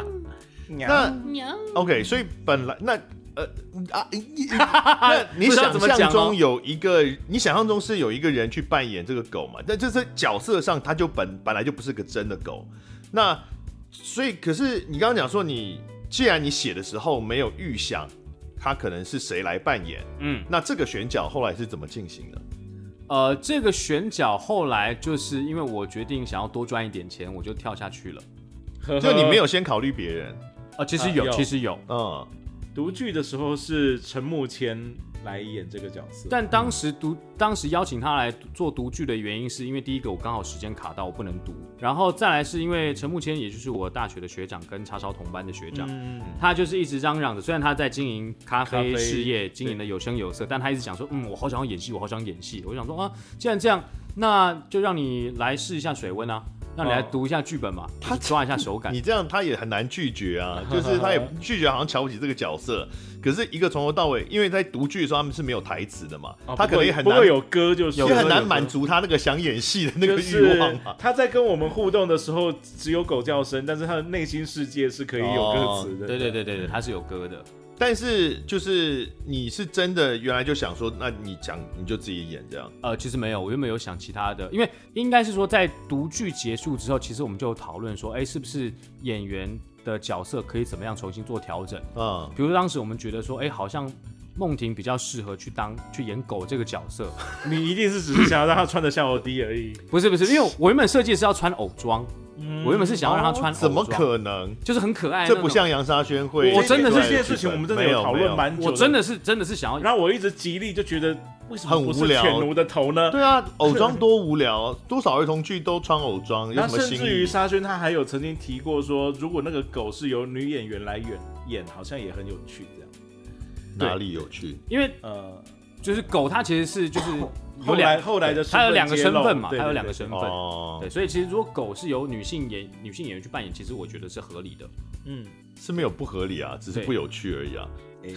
[SPEAKER 1] 那
[SPEAKER 5] 娘，
[SPEAKER 1] OK，所以本来那呃啊，你你那你
[SPEAKER 2] 不知道
[SPEAKER 1] 想
[SPEAKER 2] 怎么讲
[SPEAKER 1] 象
[SPEAKER 2] 哦
[SPEAKER 1] 中有一个，你想象中是有一个人去扮演这个狗嘛？但就是角色上，他就本本来就不是个真的狗。那所以，可是你刚刚讲说你，既然你写的时候没有预想他可能是谁来扮演，
[SPEAKER 2] 嗯。
[SPEAKER 1] 那这个选角后来是怎么进行的？
[SPEAKER 2] 呃，这个选角后来就是因为我决定想要多赚一点钱，我就跳下去了。
[SPEAKER 3] 呃
[SPEAKER 1] 就你没有先考虑别人，
[SPEAKER 2] 呃，其实
[SPEAKER 3] 啊
[SPEAKER 2] 有，
[SPEAKER 3] 有
[SPEAKER 2] 其实有，
[SPEAKER 1] 嗯，
[SPEAKER 3] 独剧的时候是陈木谦来演这个角色，
[SPEAKER 2] 但当时读，当时邀请他来做读剧的原因，是因为第一个我刚好时间卡到，我不能读，然后再来是因为陈木谦，也就是我大学的学长，跟叉烧同班的学长，
[SPEAKER 3] 嗯，
[SPEAKER 2] 他就是一直嚷嚷着，虽然他在经营咖
[SPEAKER 3] 咖
[SPEAKER 2] 啡
[SPEAKER 3] 啡
[SPEAKER 2] 事业，经营的有声有色，但他一直想说，嗯，我好想要演戏，我好想演戏。我就想说啊，既然这样，那就让你来试一下水温啊，让你来
[SPEAKER 3] 哦
[SPEAKER 2] 读一下剧本嘛，他抓一下手感
[SPEAKER 1] 你。这样他也很难拒绝 啊，就是他也拒绝，好像瞧不起这个角色。可是一个从头到尾，因为在读剧的时候他们是没有台词的嘛，
[SPEAKER 3] 哦
[SPEAKER 1] 他可能也
[SPEAKER 3] 不
[SPEAKER 1] 很
[SPEAKER 3] 过
[SPEAKER 1] 难
[SPEAKER 3] 不过有歌就是
[SPEAKER 1] 也很难满
[SPEAKER 3] 满足。
[SPEAKER 1] 足他那个想演戏的那
[SPEAKER 3] 就
[SPEAKER 1] 个欲望啊
[SPEAKER 3] 是
[SPEAKER 1] 嘛。
[SPEAKER 3] 他在跟我们互动的时候只有狗叫声，但是他的内心世界是可以有歌词的。
[SPEAKER 2] 哦对对对对对，他是有歌的。
[SPEAKER 1] 但是就是你是真的原来就想说，那你讲你就自己演这样，
[SPEAKER 2] 呃，其实没有，我原本有想其他的，因为应该是说在读剧结束之后，其实我们就有讨论说，哎，是不是演员的角色可以怎么样重新做调整？
[SPEAKER 1] 嗯，
[SPEAKER 2] 比如当时我们觉得说，哎，好像梦婷比较适合去当去演狗这个角色，
[SPEAKER 3] 你一定是只是想要让他穿得像我弟而已。
[SPEAKER 2] 不是不是，因为我原本设计是要穿偶装，
[SPEAKER 3] 嗯
[SPEAKER 2] 我原本是想要让他穿
[SPEAKER 3] 哦
[SPEAKER 2] 偶装
[SPEAKER 1] 怎么，可能？
[SPEAKER 2] 就是很可爱，
[SPEAKER 1] 这不。像杨沙宣会，
[SPEAKER 2] 我真的是
[SPEAKER 3] 这件事情，哎我们真的
[SPEAKER 1] 没
[SPEAKER 3] 有讨
[SPEAKER 1] 没
[SPEAKER 3] 论蛮久
[SPEAKER 2] 我真的是真的是想要，
[SPEAKER 3] 然后我一直极力就觉得为什么
[SPEAKER 1] 很
[SPEAKER 3] 不
[SPEAKER 1] 无
[SPEAKER 3] 是
[SPEAKER 1] 聊
[SPEAKER 3] 犬奴的头呢？
[SPEAKER 1] 对啊，偶装多无聊，多少儿童剧都穿偶装，有
[SPEAKER 3] 然
[SPEAKER 1] 什
[SPEAKER 3] 后
[SPEAKER 1] 么
[SPEAKER 3] 甚
[SPEAKER 1] 新
[SPEAKER 3] 至于
[SPEAKER 1] 意？
[SPEAKER 3] 沙宣他还有曾经提过说，如果那个狗是由女演员来演演，好像也很有趣这样。
[SPEAKER 2] 对
[SPEAKER 1] 哪里有趣？
[SPEAKER 2] 因为
[SPEAKER 3] 呃，
[SPEAKER 2] 就是狗它其实是就是有
[SPEAKER 3] 后
[SPEAKER 2] 两
[SPEAKER 3] 来后来的
[SPEAKER 2] 它有两个
[SPEAKER 3] 揭
[SPEAKER 2] 身
[SPEAKER 3] 露
[SPEAKER 2] 份嘛，
[SPEAKER 3] 对
[SPEAKER 2] 它有
[SPEAKER 3] 对
[SPEAKER 2] 两个
[SPEAKER 3] 对
[SPEAKER 2] 身份。
[SPEAKER 1] 哦
[SPEAKER 2] 对，，所以其实如果狗是由女性演女性演员去扮演，其实我觉得是合理的，
[SPEAKER 3] 嗯，
[SPEAKER 1] 是没有不合理啊，只是
[SPEAKER 2] 对
[SPEAKER 1] 不有趣而已啊。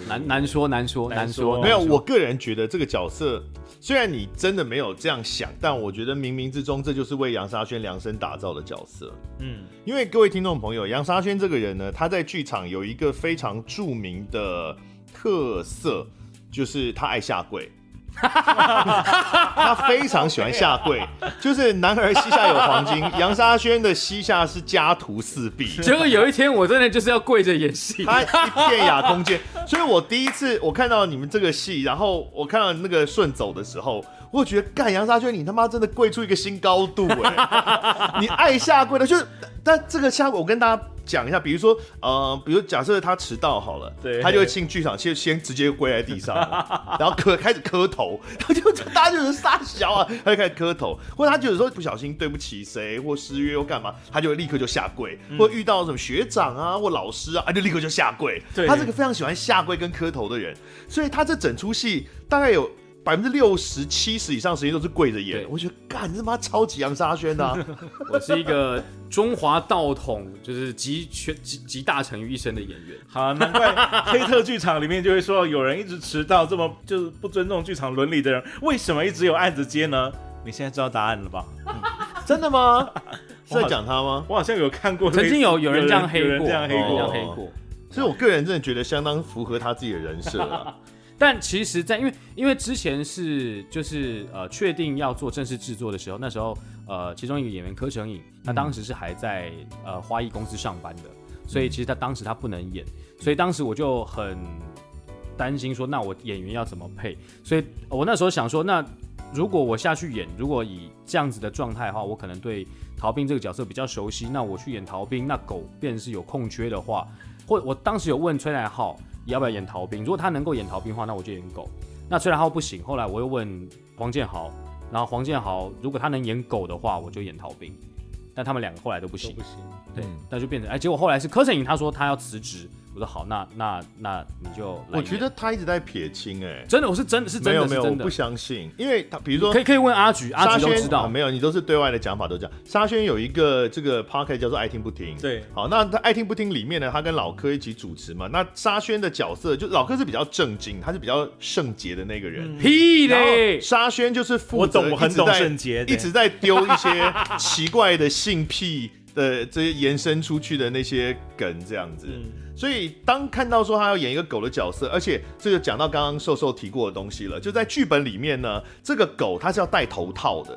[SPEAKER 2] 难难说难说
[SPEAKER 3] 难
[SPEAKER 2] 难
[SPEAKER 3] 说
[SPEAKER 2] 说。
[SPEAKER 1] 没有，
[SPEAKER 2] 难
[SPEAKER 1] 我个人觉得这个角色，虽然你真的没有这样想，但我觉得冥冥之中这就是为杨沙宣量身打造的角色。
[SPEAKER 3] 嗯
[SPEAKER 1] 因为各位听众朋友，杨沙宣这个人呢，他在剧场有一个非常著名的特色，就是他爱下跪。 他非常喜欢下跪，就是男儿膝下有黄金，杨沙宣的膝下是家徒四壁，
[SPEAKER 2] 结果有一天我真的就是要跪着演戏，
[SPEAKER 1] 他一片雅空间。所以我第一次我看到你们这个戏，然后我看到那个顺走的时候，我觉得干杨沙圈，你他妈真的跪出一个新高度哎、 你爱下跪的，就是但这个下跪，我跟大家讲一下，比如说呃，比如假设他迟到好了，
[SPEAKER 3] 对
[SPEAKER 1] 他就会进剧场先先直接跪在地上了，然后磕开始磕头，他就大家就是傻小啊，他就开始磕头，或者他就有时候不小心对不起谁或失约或干嘛，他就会立刻就下跪，或遇到什么学长啊或老师啊，他就立刻就下跪，
[SPEAKER 3] 对
[SPEAKER 1] 他是个非常喜欢下跪跟磕头的人，所以他这整出戏大概有。百分之六十七十以上时间都是跪着演
[SPEAKER 2] 对，
[SPEAKER 1] 我觉得干这他妈超级杨沙宣的、啊，
[SPEAKER 2] 我是一个中华道统就是集全集集大成于一身的演 员。
[SPEAKER 3] 好、难怪黑特剧场里面就会说，有人一直迟到，这么就是不尊重剧场伦理的人，为什么一直有案子接呢？你现在知道答案了吧？
[SPEAKER 1] 真的吗？是
[SPEAKER 3] 哇
[SPEAKER 1] 在讲他吗？
[SPEAKER 3] 我好像有看过类似，
[SPEAKER 2] 曾经有
[SPEAKER 3] 有
[SPEAKER 2] 有人这样
[SPEAKER 3] 有
[SPEAKER 2] 黑
[SPEAKER 3] 人
[SPEAKER 2] 过，哦
[SPEAKER 3] 这样黑
[SPEAKER 2] 有人这
[SPEAKER 3] 过，
[SPEAKER 2] 样黑过。
[SPEAKER 1] 所以我个人真的觉得相当符合他自己的人设啊了。
[SPEAKER 2] 但其实在，因为因为之前是就是呃确定要做正式制作的时候，那时候呃其中一个演员柯承颖，他
[SPEAKER 3] 嗯
[SPEAKER 2] 当时是还在呃花艺公司上班的，所以其实他当时他不能演，所以当时我就很担心说，那我演员要怎么配？所以我那时候想说，那如果我下去演，如果以这样子的状态的话，我可能对逃兵这个角色比较熟悉，那我去演逃兵，那狗便是有空缺的话，或我当时有问崔乃浩要不要演逃兵，如果他能够演逃兵的话，那我就演狗。那崔乃浩不行，后来我又问黄建豪，然后黄建豪如果他能演狗的话，我就演逃兵。但他们两个后来都不
[SPEAKER 3] 都
[SPEAKER 2] 行
[SPEAKER 3] 不，行，
[SPEAKER 2] 对，那就变成哎，结果后来是柯震宇他说他要辞职，我说好，那那那你就来
[SPEAKER 1] 我
[SPEAKER 2] 演
[SPEAKER 1] 觉得他一直在撇清、欸，
[SPEAKER 2] 真的，我是真的是
[SPEAKER 1] 没
[SPEAKER 2] 真
[SPEAKER 1] 有
[SPEAKER 2] 的
[SPEAKER 1] 没
[SPEAKER 2] 是
[SPEAKER 1] 有，我
[SPEAKER 2] 真的
[SPEAKER 1] 不，相信，因为他比如说
[SPEAKER 2] 可以可以问阿菊，阿
[SPEAKER 1] 沙
[SPEAKER 2] 菊都
[SPEAKER 1] 宣
[SPEAKER 2] 知道
[SPEAKER 1] 啊，没有，你都是对外的讲法都这样。沙宣有一个这个 p o c k e t 叫做爱听不听，
[SPEAKER 3] 对
[SPEAKER 1] 好，那他爱听不听里面呢，他跟老柯一起主持嘛。那沙宣的角色就老柯是比较正经，他是比较圣洁的那个
[SPEAKER 2] 嗯
[SPEAKER 1] 人。
[SPEAKER 2] 屁
[SPEAKER 1] 然后
[SPEAKER 2] 嘞，
[SPEAKER 1] 沙宣就是负
[SPEAKER 3] 我
[SPEAKER 1] 责
[SPEAKER 3] 懂我很
[SPEAKER 1] 一直在
[SPEAKER 3] 懂圣洁对
[SPEAKER 1] 一直在丢一 些奇怪的性癖的这些延伸出去的那些梗这样子。
[SPEAKER 3] 嗯
[SPEAKER 1] 所以当看到说他要演一个狗的角色，而且这就讲到刚刚瘦瘦提过的东西了，就在剧本里面呢，这个狗它是要戴头套的。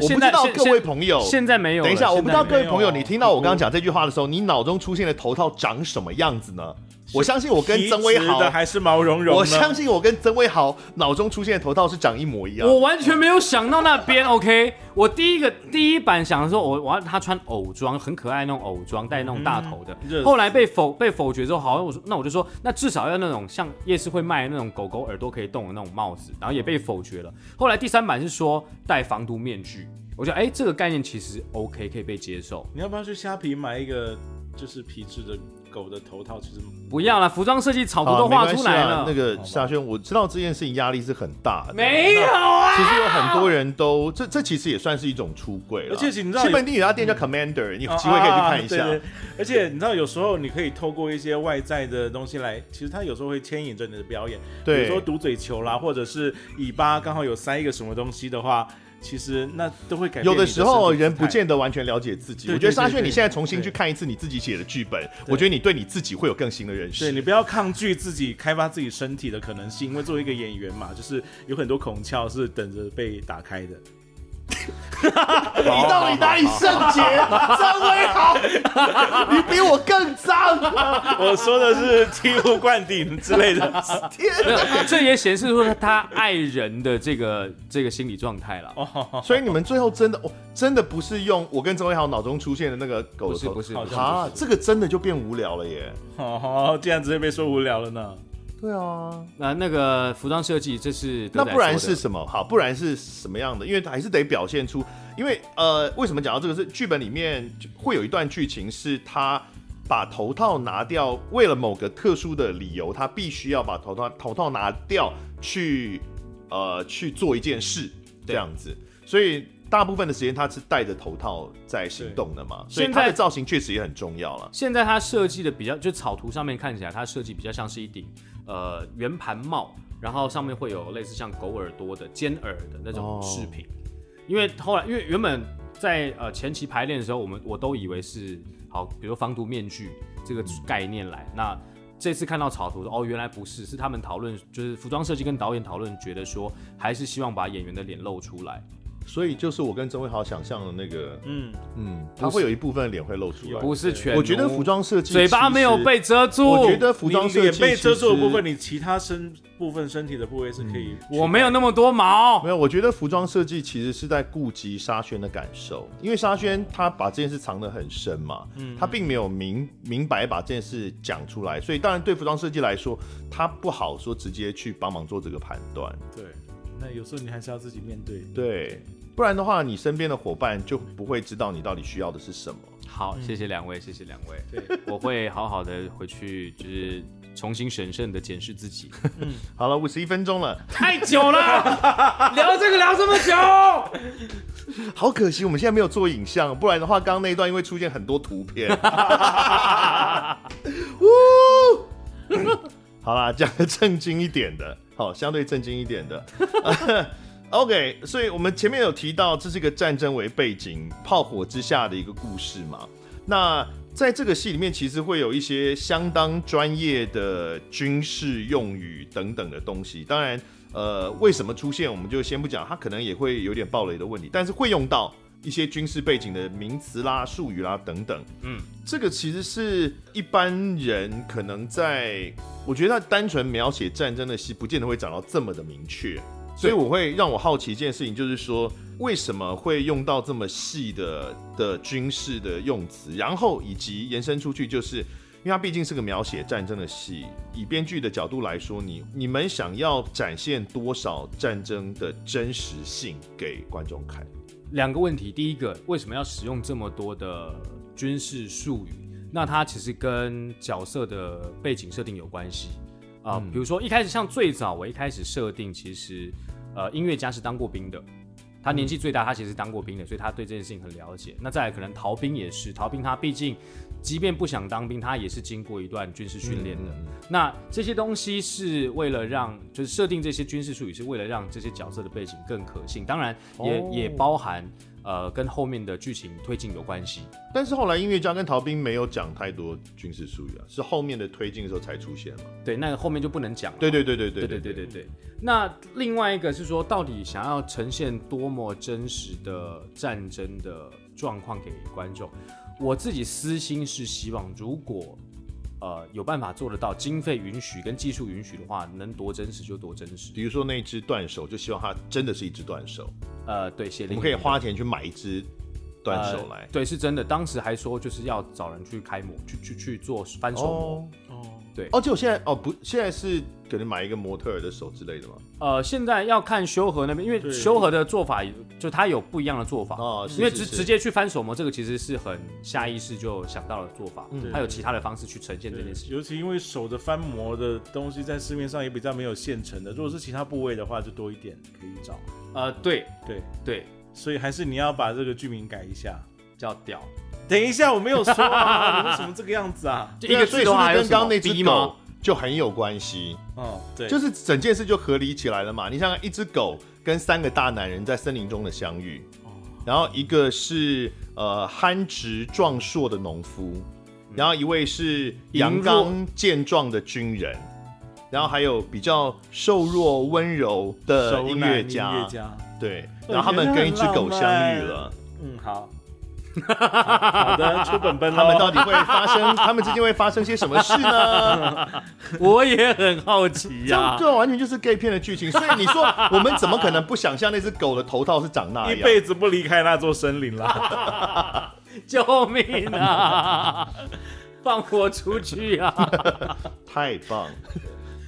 [SPEAKER 1] 我不
[SPEAKER 2] 现
[SPEAKER 1] 知
[SPEAKER 2] 在
[SPEAKER 1] 道
[SPEAKER 2] 现
[SPEAKER 1] 各位朋友，
[SPEAKER 2] 现在没有了，嗯
[SPEAKER 1] 等一下，我不知道
[SPEAKER 2] 现
[SPEAKER 1] 各
[SPEAKER 2] 在没
[SPEAKER 1] 位
[SPEAKER 2] 有
[SPEAKER 1] 朋友，
[SPEAKER 3] 没有
[SPEAKER 1] 你听到我刚刚讲这句话的时候，你脑中出现的头套长什么样子呢？我相信我跟曾威
[SPEAKER 3] 皮质
[SPEAKER 1] 豪啊
[SPEAKER 3] 的还是毛茸茸呢？
[SPEAKER 1] 我相信我跟曾威豪脑中出现的头套是长一模一样。
[SPEAKER 2] 我完全没有想到那边。OK，我第一个第一版想的时候，我我要他穿偶装，很可爱那种偶装，戴那种大头的。
[SPEAKER 3] 热死
[SPEAKER 2] 后来被否被否决之后，好像我说那我就说，那至少要那种像夜市会卖的那种狗狗耳朵可以动的那种帽子，然后也被否决了。后来第三版是说戴防毒面具，我觉得哎、这个概念其实 OK 可以被接受。
[SPEAKER 3] 你要不要去虾皮买一个就是皮质的狗的头套？其实
[SPEAKER 2] 不要了，服装设计草图
[SPEAKER 1] 好
[SPEAKER 2] 都
[SPEAKER 1] 没
[SPEAKER 2] 画
[SPEAKER 1] 关
[SPEAKER 2] 出
[SPEAKER 1] 系
[SPEAKER 2] 来
[SPEAKER 1] 啊
[SPEAKER 2] 了，
[SPEAKER 1] 那个夏轩，我知道这件事情压力是很大的。
[SPEAKER 2] 没有啊。
[SPEAKER 1] 其实有很多人都，这这其实也算是一种出柜了。
[SPEAKER 3] 而且你知道嗯
[SPEAKER 1] 西门町有家店叫 Commander，、你有机会可以去看一下。
[SPEAKER 3] 啊啊对对而且你知道，有时候你可以透过一些外在的东西来，其实它有时候会牵引着你的表演。
[SPEAKER 1] 对
[SPEAKER 3] 比如说毒嘴球啦，或者是尾巴刚好有塞一个什么东西的话，其实那都会改变你
[SPEAKER 1] 有
[SPEAKER 3] 的
[SPEAKER 1] 的时候
[SPEAKER 3] 身体
[SPEAKER 1] 人
[SPEAKER 3] 姿态
[SPEAKER 1] 不见得完全了解自己。
[SPEAKER 3] 对
[SPEAKER 1] 我觉得
[SPEAKER 3] 对
[SPEAKER 1] 沙
[SPEAKER 3] 对
[SPEAKER 1] 宣，
[SPEAKER 3] 对
[SPEAKER 1] 你现在重新去看一次你自己写的剧本，我觉得你对你自己会有更新的认
[SPEAKER 3] 对
[SPEAKER 1] 识。
[SPEAKER 3] 你不要抗拒自己开发自己身体的可能性，因为作为一个演员嘛，就是有很多孔窍是等着被打开 的。
[SPEAKER 1] 你到底哪里圣 洁？张威豪，你比我更脏！
[SPEAKER 3] 我说的是醍醐灌顶之类的。
[SPEAKER 1] 天
[SPEAKER 2] 没有，这也显示出他爱人的这个这个心理状态了。
[SPEAKER 1] 哪！所以你们最后真的，哦，真的不是用我跟张威豪脑中出现的那个狗
[SPEAKER 2] 不
[SPEAKER 1] 的
[SPEAKER 2] 是
[SPEAKER 1] 头
[SPEAKER 2] 不是
[SPEAKER 3] 好
[SPEAKER 2] 不是
[SPEAKER 3] 像
[SPEAKER 1] 啊，这个真的就变无聊了耶。
[SPEAKER 3] 哦，这样直接被说无聊了呢。
[SPEAKER 1] 对啊，
[SPEAKER 2] 那那个服装设计，这是
[SPEAKER 1] 那
[SPEAKER 2] 德仔
[SPEAKER 1] 不然
[SPEAKER 2] 说的
[SPEAKER 1] 是什么？好，不然是什么样的？因为还是得表现出，因为呃，为什么讲到这个是剧本里面就会有一段剧情是他把头套拿掉，为了某个特殊的理由，他必须要把头套头套拿掉去呃去做一件事这样子，所以。大部分的时间他是戴着头套在行动的嘛，所以
[SPEAKER 2] 现
[SPEAKER 1] 他的
[SPEAKER 2] 在
[SPEAKER 1] 造型确实也很重要了。
[SPEAKER 2] 现在它设计的比较，就草图上面看起来，它设计比较像是一顶呃圆盘帽，然后上面会有类似像狗耳朵的尖耳的那种
[SPEAKER 1] 哦
[SPEAKER 2] 饰品。因为后来，因为原本在呃前期排练的时候，我们我都以为是好，比如防毒面具这个概念来。那这次看到草图，哦，原来不是，是他们讨论，就是服装设计跟导演讨论，觉得说还是希望把演员的脸露出来。
[SPEAKER 1] 所以就是我跟曾伟豪想象的那个，
[SPEAKER 3] 嗯，
[SPEAKER 1] 嗯，他会有一部分脸会露出来。
[SPEAKER 2] 不是全
[SPEAKER 1] 我觉得
[SPEAKER 2] 奴
[SPEAKER 1] 服装设计
[SPEAKER 2] 嘴巴
[SPEAKER 1] 其
[SPEAKER 2] 没有
[SPEAKER 1] 实
[SPEAKER 2] 被遮住，
[SPEAKER 1] 我觉得服装
[SPEAKER 3] 你
[SPEAKER 1] 设
[SPEAKER 3] 脸
[SPEAKER 1] 计
[SPEAKER 3] 被
[SPEAKER 1] 其
[SPEAKER 3] 遮住的
[SPEAKER 1] 实嗯
[SPEAKER 3] 部分，你其他身部分身体的部位是可以。
[SPEAKER 2] 我没有那么多毛
[SPEAKER 1] 没。有。我觉得服装设计其实是在顾及沙宣的感受，因为沙宣他把这件事藏得很深嘛，
[SPEAKER 3] 嗯
[SPEAKER 1] 他并没有明明白把这件事讲出来，所以当然对服装设计来说，他不好说直接去帮忙做这个判断，
[SPEAKER 3] 对，那有时候你还是要自己面对。
[SPEAKER 1] 对，不然的话，你身边的伙伴就不会知道你到底需要的是什么。嗯
[SPEAKER 2] 好，谢谢两位，谢谢两位。
[SPEAKER 3] 对，
[SPEAKER 2] 我会好好的回去，就是重新审慎的检视自己。
[SPEAKER 1] 好了，五十一分钟了，
[SPEAKER 2] 太久了， 聊这个聊这么久，
[SPEAKER 1] 好可惜我们现在没有做影像，不然的话，刚刚那一段因为出现很多图片。呜，好啦，讲个正经一点的，好，相对正经一点的。OK，所以我们前面有提到，这是一个战争为背景、炮火之下的一个故事嘛。那在这个戏里面，其实会有一些相当专业的军事用语等等的东西。当然，呃，为什么出现，我们就先不讲，它可能也会有点暴雷的问题，但是会用到一些军事背景的名词啦、术语啦等等。这个其实是一般人可能在，我觉得他单纯描写战争的戏，不见得会讲到这么的明确。所以我会让我好奇一件事情，就是说为什么会用到这么细的的军事的用词，然后以及延伸出去，就是因为它毕竟是个描写战争的戏，以编剧的角度来说，你你们想要展现多少战争的真实性给观众看？
[SPEAKER 2] 两个问题，第一个，为什么要使用这么多的军事术语？那它其实跟角色的背景设定有关系啊、比如说一开始像最早我一开始设定，其实呃音乐家是当过兵的，他年纪最大，他其实当过兵的，所以他对这件事情很了解。那再来可能逃兵也是，逃兵他毕竟即便不想当兵，他也是经过一段军事训练的。那这些东西是为了让，就是设定这些军事术语是为了让这些角色的背景更可信，当然也、也包含呃跟后面的剧情推进有关系。
[SPEAKER 1] 但是后来音乐家跟逃兵没有讲太多军事术语啊，是后面的推进的时候才出现嘛？
[SPEAKER 2] 对，那个后面就不能讲了。
[SPEAKER 1] 对对对对
[SPEAKER 2] 对
[SPEAKER 1] 对
[SPEAKER 2] 对对对对。那另外一个是说，到底想要呈现多么真实的战争的状况给观众？我自己私心是希望，如果呃有办法做得到，经费允许跟技术允许的话，能多真实就多真实。
[SPEAKER 1] 比如说那只断手，就希望它真的是一只断手，
[SPEAKER 2] 呃，对，写
[SPEAKER 1] 我们可以花钱去买一只断手来。
[SPEAKER 2] 呃对，是真的。当时还说就是要找人去开模，去去去做翻手模。
[SPEAKER 1] 哦
[SPEAKER 3] 哦，
[SPEAKER 2] 对，
[SPEAKER 1] 哦，就现在哦不，现在是可能买一个模特儿的手之类的嘛。
[SPEAKER 2] 呃，现在要看修和那边，因为
[SPEAKER 3] 对
[SPEAKER 2] 修和的做法有就他有不一样的做法。
[SPEAKER 1] 哦，是
[SPEAKER 2] 因为
[SPEAKER 1] 是
[SPEAKER 2] 直
[SPEAKER 1] 是
[SPEAKER 2] 直接去翻手模，这个其实是很下意识就想到的做法，
[SPEAKER 1] 嗯
[SPEAKER 2] 他有其他的方式去呈现这
[SPEAKER 3] 对
[SPEAKER 2] 件事情。
[SPEAKER 3] 尤其因为手的翻模的东西在市面上也比较没有现成的，如果是其他部位的话，就多一点可以找。
[SPEAKER 2] 呃，对
[SPEAKER 3] 对，
[SPEAKER 2] 对，
[SPEAKER 3] 所以还是你要把这个剧名改一下。
[SPEAKER 2] 叫屌，
[SPEAKER 3] 等一下，我没有说啊，你为什么这个样子啊？
[SPEAKER 2] 就
[SPEAKER 1] 对
[SPEAKER 2] 一
[SPEAKER 1] 啊
[SPEAKER 2] 个
[SPEAKER 1] 所以是
[SPEAKER 2] 字的
[SPEAKER 1] 不
[SPEAKER 2] 话
[SPEAKER 1] 是
[SPEAKER 2] 还有
[SPEAKER 1] 跟
[SPEAKER 2] 什
[SPEAKER 1] 刚刚
[SPEAKER 2] 么
[SPEAKER 1] 那只
[SPEAKER 2] 逼
[SPEAKER 1] 狗
[SPEAKER 2] 吗？
[SPEAKER 1] 就很有关系，
[SPEAKER 3] 哦，对，
[SPEAKER 1] 就是是整件事就合理起来了嘛。你想想，一只狗跟三个大男人在森林中的相遇，
[SPEAKER 2] 哦
[SPEAKER 1] 然后一个是呃憨直壮硕的农夫，
[SPEAKER 2] 嗯
[SPEAKER 1] 然后一位是阳刚健壮的军人，然后还有比较瘦弱温柔的音乐家，
[SPEAKER 3] 音乐家。
[SPEAKER 1] 对，
[SPEAKER 2] 哦
[SPEAKER 3] 我
[SPEAKER 1] 然后他们跟一只狗相遇了。
[SPEAKER 3] 嗯， 好，好好的，出本本
[SPEAKER 1] 他们到
[SPEAKER 3] 喽。
[SPEAKER 1] 底会发生？ 他们之间会发生些什么事呢？
[SPEAKER 2] 我也很好奇
[SPEAKER 1] 这
[SPEAKER 2] 呀、
[SPEAKER 1] 样这完全就是 gay 片的剧情，所以你说我们怎么可能不想象那只狗的头套是长那
[SPEAKER 3] 一
[SPEAKER 1] 样？
[SPEAKER 3] 辈子不离开那座森林啦。
[SPEAKER 2] 救命啊！ 放我出去啊！
[SPEAKER 1] 太棒！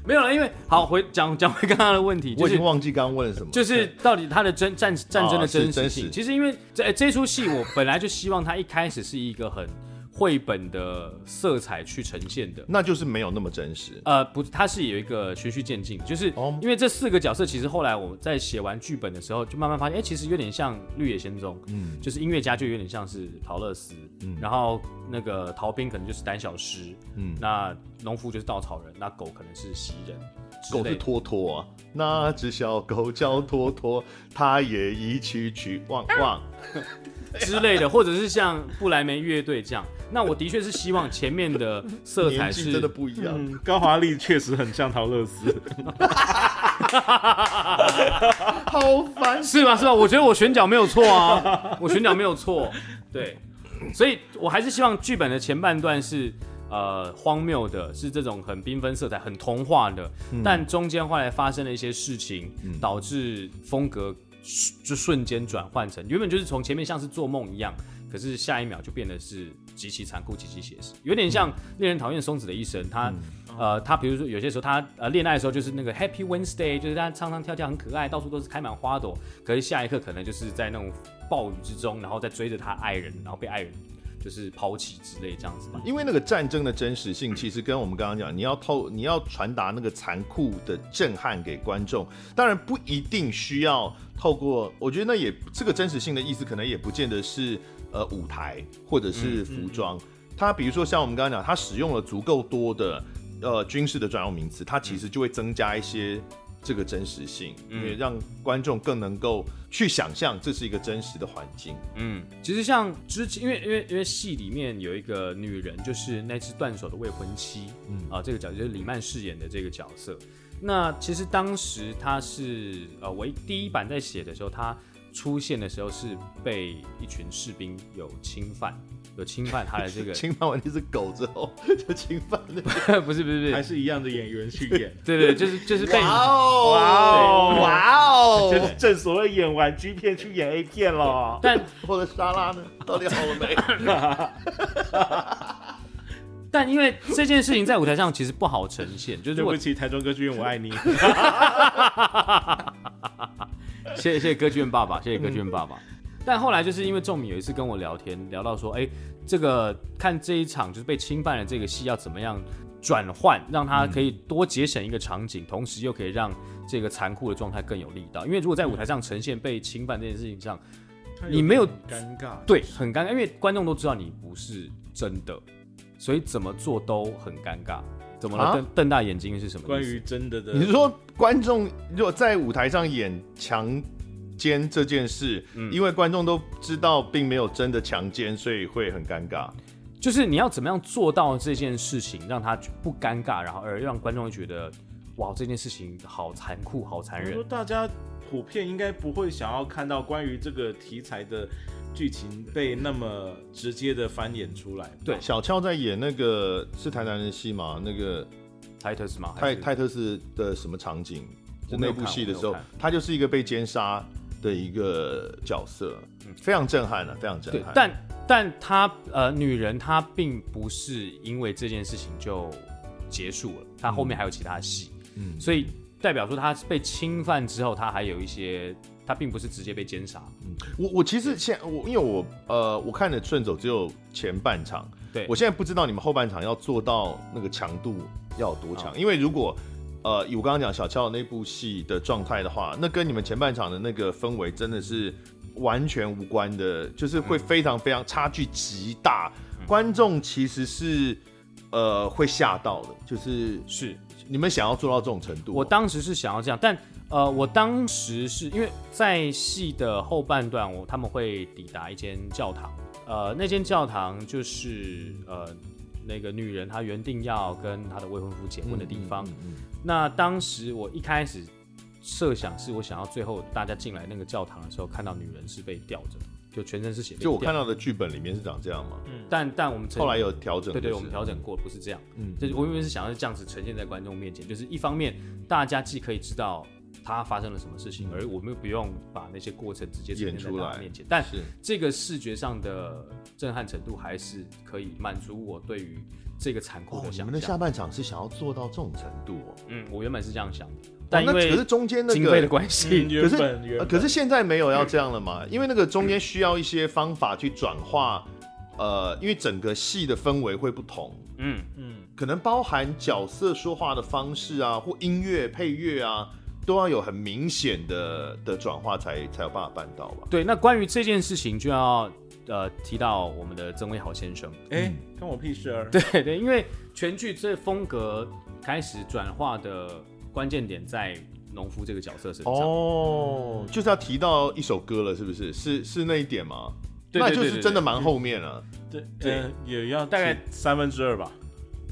[SPEAKER 2] 没有了，因为好回讲讲回刚刚的问题，就
[SPEAKER 1] 我已
[SPEAKER 2] 是
[SPEAKER 1] 经忘记刚刚问了什么。
[SPEAKER 2] 就是到底他的真战战争
[SPEAKER 1] 哦
[SPEAKER 2] 的
[SPEAKER 1] 是
[SPEAKER 2] 真实
[SPEAKER 1] 真
[SPEAKER 2] 性。
[SPEAKER 1] 实
[SPEAKER 2] 其实因为这呃这出戏，我本来就希望它一开始是一个很绘本的色彩去呈现的。
[SPEAKER 1] 那就是没有那么真实。
[SPEAKER 2] 呃，不，它是有一个循序渐进，就是
[SPEAKER 1] 哦
[SPEAKER 2] 因为这四个角色，其实后来我在写完剧本的时候，就慢慢发现，哎、其实有点像《绿野仙踪》，嗯，就是音乐家就有点像是陶乐斯，嗯，然后那个逃兵可能就是胆小狮，嗯，那农夫就是稻草人，那狗可能是袭人之类
[SPEAKER 1] 狗
[SPEAKER 2] 的，
[SPEAKER 1] 是托托、啊，那只小狗叫托托，它也一起去汪汪。
[SPEAKER 2] 之类的，或者是像布莱梅乐队这样。那我的确是希望前面的色彩
[SPEAKER 1] 年纪真的
[SPEAKER 2] 是
[SPEAKER 1] 不一样。
[SPEAKER 3] 嗯，高华丽确实很像陶乐斯。
[SPEAKER 1] 好烦。
[SPEAKER 2] 是吧？是吧？我觉得我选角没有错啊，我选角没有错，对，所以我还是希望剧本的前半段是呃荒谬的，是这种很缤纷色彩、很童话的，但中间后来发生了一些事情，导致风格瞬就瞬间转换成原本就是从前面像是做梦一样。可是下一秒就变得是极其残酷、极其写实，有点像令人讨厌松子的一生。他、呃，他比如说有些时候他呃恋爱的时候就是那个 Happy Wednesday，就是他唱唱跳跳很可爱，到处都是开满花朵。可是下一刻可能就是在那种暴雨之中，然后再追着他爱人，然后被爱人就是抛弃之类这样子吧。
[SPEAKER 1] 因为那个战争的真实性，其实跟我们刚刚讲，你要透，你要传达那个残酷的震撼给观众，当然不一定需要透过，我觉得那也这个真实性的意思，可能也不见得是呃舞台或者是服装。它比如说像我们刚刚讲，它使用了足够多的呃军事的专有名词，它其实就会增加一些这个真实性，因为让观众更能够去想象这是一个真实的环境。
[SPEAKER 2] 嗯，其实像之前，因为因为因为戏里面有一个女人，就是那只断手的未婚妻，嗯啊、这个角色就是李曼饰演的这个角色。那其实当时她是呃，我一第一版在写的时候，她出现的时候是被一群士兵有侵犯，有侵犯她的 这 个，
[SPEAKER 1] 侵犯完那只狗之后，就侵犯那个。
[SPEAKER 2] 不是不是不
[SPEAKER 3] 还
[SPEAKER 2] 是，
[SPEAKER 3] 是一样的演员去 演，
[SPEAKER 2] 对对，就是就是被
[SPEAKER 1] 哦
[SPEAKER 3] 对
[SPEAKER 1] 哇
[SPEAKER 3] 就
[SPEAKER 1] 哦！
[SPEAKER 3] 是正所谓演完 G 片去演 A 片了。
[SPEAKER 2] 但
[SPEAKER 1] 我的沙拉呢？到底好了 没？
[SPEAKER 2] 但因为这件事情在舞台上其实不好呈现，就是
[SPEAKER 3] 对
[SPEAKER 2] 我
[SPEAKER 3] 不起，台中歌剧院，我爱 你。
[SPEAKER 2] 谢谢谢歌剧院爸爸，谢谢歌剧院爸爸。但后来就是因为仲敏有一次跟我聊天，聊到说，哎、这个看这一场就是被侵犯的这个戏要怎么样转换，让它可以多节省一个场景，同时又可以让这个残酷的状态更有力道。因为如果在舞台上呈现被侵犯这件事情上，你没有
[SPEAKER 3] 尴尬，
[SPEAKER 2] 对，很尴尬，因为观众都知道你不是真的，所以怎么做都很尴尬。怎么了？
[SPEAKER 1] 啊
[SPEAKER 2] 瞪瞪大眼睛是什么意思？
[SPEAKER 3] 关于真的的，
[SPEAKER 1] 你是说观众如果在舞台上演强奸这件事，
[SPEAKER 3] 嗯
[SPEAKER 1] 因为观众都知道并没有真的强奸，所以会很尴尬。
[SPEAKER 2] 就是你要怎么样做到这件事情，让他不尴尬，然后而让观众会觉得哇，这件事情好残酷，好残
[SPEAKER 3] 我说
[SPEAKER 2] 忍。
[SPEAKER 3] 大家普遍应该不会想要看到关于这个题材的剧情被那么直接的翻演出来。
[SPEAKER 2] 对
[SPEAKER 1] 小俏在演那个是台南人戏嘛？那个
[SPEAKER 2] Titus 嘛，还
[SPEAKER 1] 泰
[SPEAKER 2] 是
[SPEAKER 1] 泰特斯的什么场景？就
[SPEAKER 3] 我
[SPEAKER 1] 那
[SPEAKER 3] 没有
[SPEAKER 1] 部戏的时
[SPEAKER 3] 看
[SPEAKER 1] 候
[SPEAKER 3] 我没有，
[SPEAKER 1] 他就是一个被奸杀的一个角色，
[SPEAKER 3] 嗯
[SPEAKER 1] 非常震撼啊，非常震
[SPEAKER 2] 对
[SPEAKER 1] 撼。，
[SPEAKER 2] 但但她呃，女人她并不是因为这件事情就结束了，她后面还有其他戏，
[SPEAKER 1] 嗯
[SPEAKER 2] 所以代表说她被侵犯之后，她还有一些，她并不是直接被奸杀。
[SPEAKER 1] 我我其实现我因为我呃我看的顺走只有前半场，
[SPEAKER 2] 对
[SPEAKER 1] 我现在不知道你们后半场要做到那个强度要有多强，
[SPEAKER 2] 好
[SPEAKER 1] 因为如果呃以我刚刚讲小俏那部戏的状态的话，那跟你们前半场的那个氛围真的是完全无关的，就是会
[SPEAKER 2] 嗯
[SPEAKER 1] 非常非常差距极大，观众其实是呃会吓到的，就是
[SPEAKER 2] 是
[SPEAKER 1] 你们想要做到这种程度哦吗，
[SPEAKER 2] 我当时是想要这样，但呃，我当时是因为在戏的后半段，我他们会抵达一间教堂，呃，那间教堂就是呃那个女人她原定要跟她的未婚夫结婚的地方。
[SPEAKER 1] 嗯
[SPEAKER 2] 那当时我一开始设想是我想要最后大家进来那个教堂的时候，看到女人是被吊着，就全身是血被
[SPEAKER 1] 就我看
[SPEAKER 2] 到，
[SPEAKER 1] 到的剧本里面是长这样嘛，
[SPEAKER 2] 但但我们曾
[SPEAKER 1] 后来有调整，
[SPEAKER 2] 嗯对
[SPEAKER 1] 就
[SPEAKER 2] 对，
[SPEAKER 1] 是
[SPEAKER 2] 我们调整过，不是这样。
[SPEAKER 1] 嗯
[SPEAKER 2] 嗯，就是我原本是想要这样子呈现在观众面前，就是一方面大家既可以知道它发生了什么事情，而我们又不用把那些过程直接呈
[SPEAKER 1] 嗯演
[SPEAKER 2] 现在
[SPEAKER 1] 出
[SPEAKER 2] 大
[SPEAKER 1] 来
[SPEAKER 2] 家面前，但
[SPEAKER 1] 是。
[SPEAKER 2] 这个视觉上的震撼程度还是可以满足我对于这个残酷
[SPEAKER 1] 哦
[SPEAKER 2] 的，
[SPEAKER 1] 你
[SPEAKER 2] 想
[SPEAKER 1] 们的
[SPEAKER 2] 象。
[SPEAKER 1] 下半场是想要做到这种程度哦。
[SPEAKER 2] 嗯，我原本是这样想的，
[SPEAKER 1] 哦
[SPEAKER 2] 但因
[SPEAKER 1] 那
[SPEAKER 2] 为
[SPEAKER 1] 可是中间那
[SPEAKER 2] 经费的
[SPEAKER 1] 个，
[SPEAKER 2] 关系，
[SPEAKER 3] 嗯
[SPEAKER 1] 可
[SPEAKER 3] 原
[SPEAKER 1] 是
[SPEAKER 3] 本原
[SPEAKER 1] 呃
[SPEAKER 3] 本
[SPEAKER 1] 可是现在没有要这样了嘛？因为那个中间需要一些方法去转化，呃，因为整个戏的氛围会不同，
[SPEAKER 2] 嗯，
[SPEAKER 1] 可能包含角色说话的方式啊，或音乐配乐啊，都要有很明显的的转化才才有办法办到吧？
[SPEAKER 2] 对。那关于这件事情，就要呃提到我们的曾威豪先生。
[SPEAKER 3] 哎，跟我屁事 儿。
[SPEAKER 2] 对对，因为全剧这风格开始转化的关键点在农夫这个角色身上。
[SPEAKER 1] 哦，就是要提到一首歌了，是不是？是是那一点吗？
[SPEAKER 2] 对对对
[SPEAKER 1] 那就
[SPEAKER 2] 对
[SPEAKER 1] 是
[SPEAKER 2] 对
[SPEAKER 1] 真的蛮后面了，
[SPEAKER 3] 对
[SPEAKER 2] 对
[SPEAKER 3] 呃，也要
[SPEAKER 2] 大概
[SPEAKER 3] 请三分之二吧。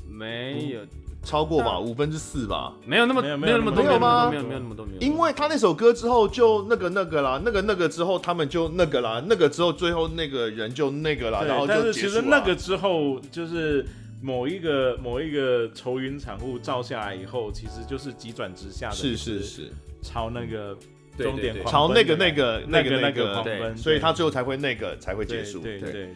[SPEAKER 2] 没有
[SPEAKER 1] 超过吧，五分之四吧。
[SPEAKER 2] 没有那么
[SPEAKER 3] 没有
[SPEAKER 2] 那么多
[SPEAKER 1] 没有吗
[SPEAKER 2] 没有没有那么多没有那么多没有那么多。
[SPEAKER 1] 因为他那首歌之后就那个那个啦，那个那个之后他们就那个啦，那个之后最后那个人就那个啦，然后
[SPEAKER 3] 但
[SPEAKER 1] 就是结
[SPEAKER 3] 其
[SPEAKER 1] 束
[SPEAKER 3] 实
[SPEAKER 1] 了。
[SPEAKER 3] 那个之后就是。某一个某一个愁云惨雾照下来以后，其实就是急转直下的，
[SPEAKER 1] 是是，是，
[SPEAKER 3] 朝那个
[SPEAKER 2] 对
[SPEAKER 3] 终点
[SPEAKER 2] 对对
[SPEAKER 1] 朝
[SPEAKER 3] 狂
[SPEAKER 1] 那
[SPEAKER 3] 奔
[SPEAKER 1] 个
[SPEAKER 3] 的
[SPEAKER 1] 那个
[SPEAKER 3] 那
[SPEAKER 1] 个
[SPEAKER 3] 那
[SPEAKER 1] 那
[SPEAKER 3] 个
[SPEAKER 1] 个，
[SPEAKER 3] 狂
[SPEAKER 2] 对
[SPEAKER 3] 奔，
[SPEAKER 1] 所以
[SPEAKER 3] 对
[SPEAKER 1] 他最后才会那个才会结束。
[SPEAKER 3] 对对对对，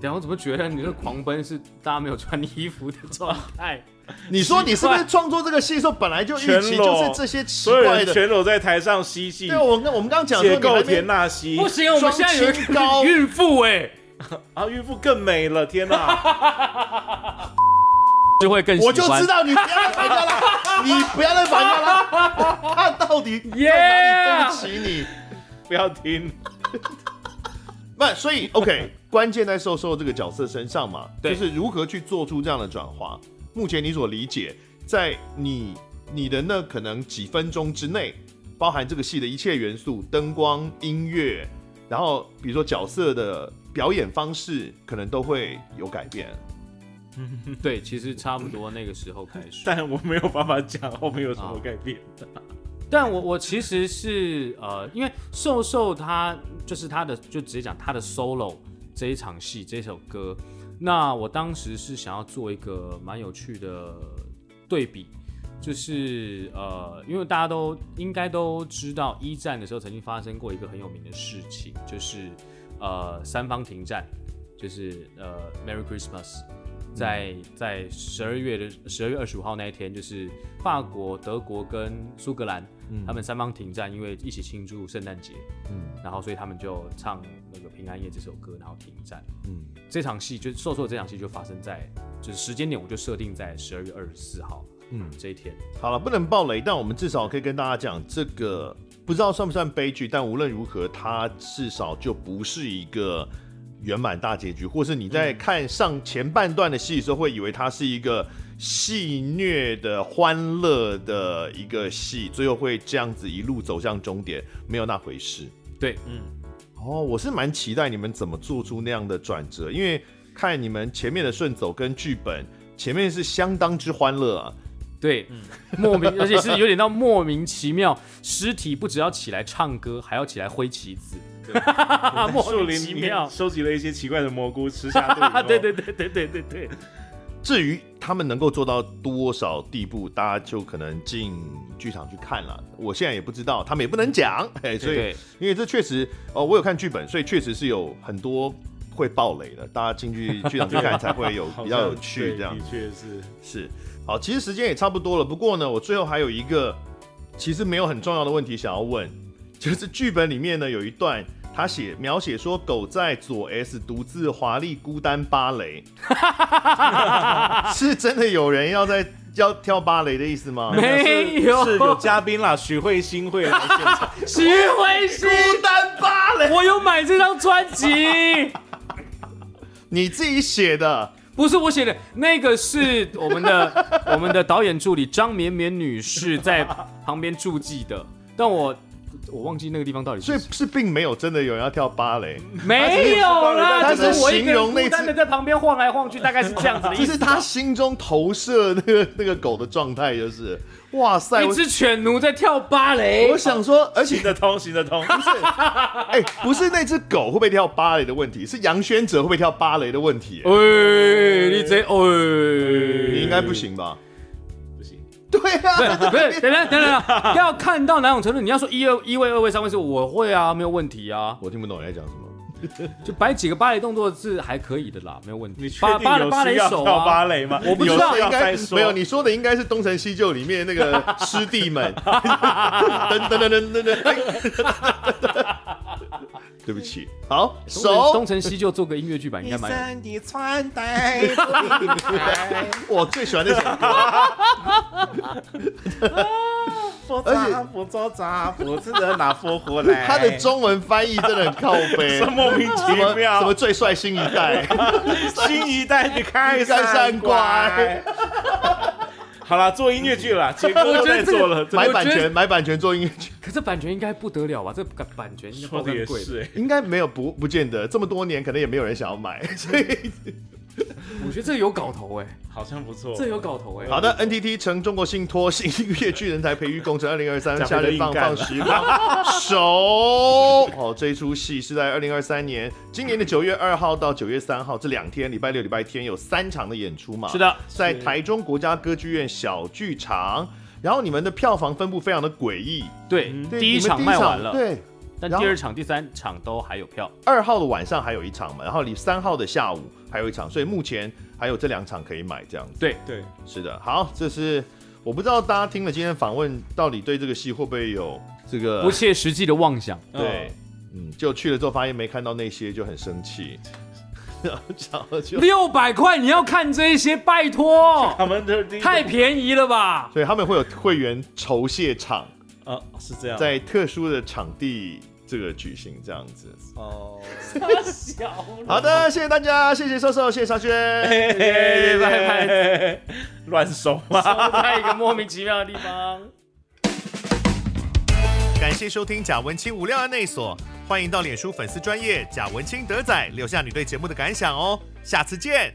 [SPEAKER 2] 等啊下我怎么觉得你的狂奔是大家没有穿衣服的状
[SPEAKER 1] 啊
[SPEAKER 2] 态？
[SPEAKER 1] 你说你是不
[SPEAKER 2] 奇
[SPEAKER 1] 是
[SPEAKER 2] 怪
[SPEAKER 1] 创作这个戏的时候本来就预
[SPEAKER 3] 全
[SPEAKER 1] 期
[SPEAKER 3] 裸
[SPEAKER 1] 就是这些奇
[SPEAKER 3] 所有
[SPEAKER 1] 怪
[SPEAKER 3] 人
[SPEAKER 1] 的？
[SPEAKER 3] 全裸在台上嬉戏
[SPEAKER 1] 对，，我跟我们刚刚讲说
[SPEAKER 3] 解
[SPEAKER 1] 你
[SPEAKER 3] 构
[SPEAKER 1] 还没
[SPEAKER 3] 田纳西
[SPEAKER 2] 不行，我们现在有
[SPEAKER 1] 双亲高
[SPEAKER 2] 一个孕妇哎，
[SPEAKER 3] 啊，孕妇更美了，天哪！
[SPEAKER 2] 就会更喜欢
[SPEAKER 1] 我就知道你不要再烦他了，你不要再烦他 了，他到底在哪里对
[SPEAKER 2] Yeah
[SPEAKER 1] 不起你？
[SPEAKER 3] 不要听，
[SPEAKER 1] 不，所以 OK，关键在瘦瘦这个角色身上嘛，就
[SPEAKER 2] 对
[SPEAKER 1] 是如何去做出这样的转化。目前你所理解，在你你的那可能几分钟之内，包含这个戏的一切元素，灯光、音乐，然后比如说角色的表演方式，可能都会有改变。
[SPEAKER 2] 对，其实差不多那个时候开始。
[SPEAKER 3] 但我没有办法讲后面有什
[SPEAKER 1] 啊
[SPEAKER 3] 么改变。
[SPEAKER 2] 但我我其实是呃，因为瘦瘦他就是他的，就直接讲他的 solo 这一场戏这首歌。那我当时是想要做一个蛮有趣的对比，就是呃，因为大家都应该都知道，一战的时候曾经发生过一个很有名的事情，就是呃三方停战，就是呃 Merry Christmas，在在十二月的十二月二十五号那一天，就是呃法国、德国跟苏格兰、他们三方停战，因为一起庆祝圣诞节，然后所以他们就唱那个《平安夜》这首歌，然后停战。
[SPEAKER 1] 嗯
[SPEAKER 2] 这场戏就是瘦瘦这场戏就发生在就是时间点，我就设定在十二月二十四号，
[SPEAKER 1] 嗯
[SPEAKER 2] 嗯，这一天。
[SPEAKER 1] 好了，不能爆雷，但我们至少可以跟大家讲，这个不知道算不算悲剧，但无论如何，它至少就不是一个圆满大结局，或是你在看上前半段的戏的时候，会以为它是一个戏虐的、欢乐的一个戏，最后会这样子一路走向终点，没有那回事。
[SPEAKER 2] 对，
[SPEAKER 1] 哦，我是蛮期待你们怎么做出那样的转折，因为看你们前面的顺走跟剧本，前面是相当之欢乐啊，
[SPEAKER 2] 对，莫名， 而且是有点到莫名其妙，尸体不只要起来唱歌，还要起来挥旗子， 莫
[SPEAKER 3] 树
[SPEAKER 2] 名
[SPEAKER 3] 林
[SPEAKER 2] 其
[SPEAKER 3] 里 面
[SPEAKER 2] 妙。啊
[SPEAKER 3] 收集了一些奇怪的蘑菇 吃下肚以后，
[SPEAKER 2] 对对对对对对对，
[SPEAKER 1] 至于他们能够做到多少地步，大家就可能进剧场去看了。我现在也不知道，他们也不能讲，哎， 所以
[SPEAKER 2] 对
[SPEAKER 1] 因为这确实，哦，我有看剧本，所以确实是有很多会爆雷的，大家进去剧场去 看才会有
[SPEAKER 3] 好像
[SPEAKER 1] 比较有趣
[SPEAKER 3] 对
[SPEAKER 1] 这样
[SPEAKER 3] 的。确是。
[SPEAKER 1] 是，好，其实时间也差不多了。不过呢，我最后还有一个其实没有很重要的问题想要问，就是剧本里面呢有一段。他写描写说，狗在左 S 独自华丽孤单芭蕾， 是真的有人要在要跳芭蕾的意思吗？
[SPEAKER 2] 没有
[SPEAKER 3] 是是有嘉宾啦，许慧欣会来现场。
[SPEAKER 2] 徐慧欣，
[SPEAKER 1] 孤单芭蕾，
[SPEAKER 2] 我有买这张专辑，
[SPEAKER 1] 你自己写的，
[SPEAKER 2] 不是我写的，那个是我们的 我们的导演助理张绵绵女士在旁边注记的，但我我忘记那个地方到底
[SPEAKER 1] 所
[SPEAKER 2] 是
[SPEAKER 1] 以是并没有真的有人要跳芭蕾，
[SPEAKER 2] 没有啦，
[SPEAKER 1] 他只是
[SPEAKER 2] 就是我一个
[SPEAKER 1] 形容
[SPEAKER 2] 人
[SPEAKER 1] 那只
[SPEAKER 2] 孤单的在旁边晃来晃去，大概是这样子 的
[SPEAKER 1] 这
[SPEAKER 2] 意思啊
[SPEAKER 1] 是。他心中投射那个那个狗的状态，就是，哇塞，
[SPEAKER 2] 一
[SPEAKER 1] 我
[SPEAKER 2] 只犬奴在跳芭蕾
[SPEAKER 1] 我，想说，
[SPEAKER 2] 哦
[SPEAKER 1] 而且
[SPEAKER 3] 行得通，行得通。
[SPEAKER 1] 哎、不是那只狗会不会跳芭蕾的问题，是杨轩哲会不会跳芭蕾的问题、
[SPEAKER 2] 哎，你这哎，
[SPEAKER 1] 你应该不行吧？
[SPEAKER 3] 不行，
[SPEAKER 1] 对啊，
[SPEAKER 2] 不是，等等 等等，要看到哪种程度？你要说一二一位、二位、三位是我会啊，没有问题啊，
[SPEAKER 1] 我听不懂你在讲什么。
[SPEAKER 2] 就摆几个芭蕾动作是还可以的啦，没有问
[SPEAKER 3] 你
[SPEAKER 2] 题。
[SPEAKER 3] 确
[SPEAKER 2] 芭
[SPEAKER 3] 定
[SPEAKER 2] 芭
[SPEAKER 3] 有
[SPEAKER 2] 芭
[SPEAKER 3] 需
[SPEAKER 2] 蕾
[SPEAKER 3] 要
[SPEAKER 2] 手
[SPEAKER 3] 跳芭
[SPEAKER 2] 啊，
[SPEAKER 3] 蕾吗？
[SPEAKER 2] 我不知道
[SPEAKER 3] 有事
[SPEAKER 1] 应
[SPEAKER 3] 要
[SPEAKER 1] 该
[SPEAKER 3] 再说。
[SPEAKER 1] 没有，你说的应该是《东成西就》里面那个师弟们，噔噔噔噔噔噔哎。对不起，好
[SPEAKER 2] 东成
[SPEAKER 1] 手
[SPEAKER 2] 东，成西就做个音乐剧版应
[SPEAKER 4] 你
[SPEAKER 2] 该蛮有。
[SPEAKER 4] 身体穿戴不明白，
[SPEAKER 1] 我最喜欢那首歌。
[SPEAKER 4] 不
[SPEAKER 1] 而且
[SPEAKER 4] 抓不抓抓，不知道哪副回来。
[SPEAKER 1] 他的中文翻译真的很靠背，
[SPEAKER 3] 这
[SPEAKER 1] 什
[SPEAKER 3] 莫名其
[SPEAKER 1] 么
[SPEAKER 3] 妙，
[SPEAKER 1] 什么最帅新一代，
[SPEAKER 3] 新一代的开
[SPEAKER 1] 山
[SPEAKER 3] 山
[SPEAKER 1] 怪
[SPEAKER 3] 怪。好啦，做音乐剧啦，结果
[SPEAKER 2] 我觉得
[SPEAKER 3] 在
[SPEAKER 2] 这个
[SPEAKER 3] 做了，
[SPEAKER 1] 买
[SPEAKER 2] 我
[SPEAKER 1] 版
[SPEAKER 2] 觉得
[SPEAKER 1] 权买版权做音乐剧。
[SPEAKER 2] 可是版权应该不得了吧？这个版权应该
[SPEAKER 3] 说的也
[SPEAKER 2] 高贵
[SPEAKER 3] 是、欸，
[SPEAKER 1] 应该没有不不见得，这么多年可能也没有人想要买， 所以
[SPEAKER 2] 我觉得这有搞头哎、
[SPEAKER 3] 好像不错。
[SPEAKER 2] 这有搞头哎、
[SPEAKER 1] 好的，NTT 承中国信托新音乐剧人才培育工 程二零二三
[SPEAKER 3] 讲
[SPEAKER 1] 夏
[SPEAKER 3] 得
[SPEAKER 1] 日放
[SPEAKER 3] 硬干
[SPEAKER 1] 放
[SPEAKER 3] 了
[SPEAKER 1] 时光手 哦，这一出戏是在二零二三年今年的九月二号到九月三号这两天，礼拜六、礼拜天有三场的演出嘛？
[SPEAKER 2] 是的
[SPEAKER 1] 在台中国家歌剧院小剧场。然后你们的票房分布非常的诡异，
[SPEAKER 2] 对，
[SPEAKER 1] 对
[SPEAKER 2] 嗯第一
[SPEAKER 1] 你们
[SPEAKER 2] 场卖完了，
[SPEAKER 1] 对，
[SPEAKER 2] 但
[SPEAKER 1] 然后
[SPEAKER 2] 第二场、第三场都还有票。
[SPEAKER 1] 二号的晚上还有一场嘛，然后你三号的下午还有一场，所以目前还有这两场可以买这样子。
[SPEAKER 2] 对，
[SPEAKER 3] 对，
[SPEAKER 1] 是的，好，这是我不知道大家听了今天访问，到底对这个戏会不会有这个
[SPEAKER 2] 不切实际的妄想。
[SPEAKER 1] 对，嗯，就去了之后发现没看到那些就很生气， 然后然后就。
[SPEAKER 2] 六百块你要看这些，拜
[SPEAKER 3] 哦，
[SPEAKER 2] 托，
[SPEAKER 3] 他们的第一个
[SPEAKER 2] 太便宜了吧？
[SPEAKER 1] 所以他们会有会员酬谢场，
[SPEAKER 3] 啊是这样，
[SPEAKER 1] 在特殊的场地这个举行，这样子。
[SPEAKER 3] 哦，
[SPEAKER 2] 小
[SPEAKER 1] 好的，谢谢大家，谢谢瘦瘦，谢谢少轩。
[SPEAKER 3] 嘿嘿
[SPEAKER 2] 拜
[SPEAKER 3] 拜，乱手嘛。
[SPEAKER 2] 在一个莫名其妙的地方。
[SPEAKER 1] 感谢收听贾文清无料案内所，欢迎到脸书粉丝专业贾文清德仔留下你对节目的感想哦，下次见。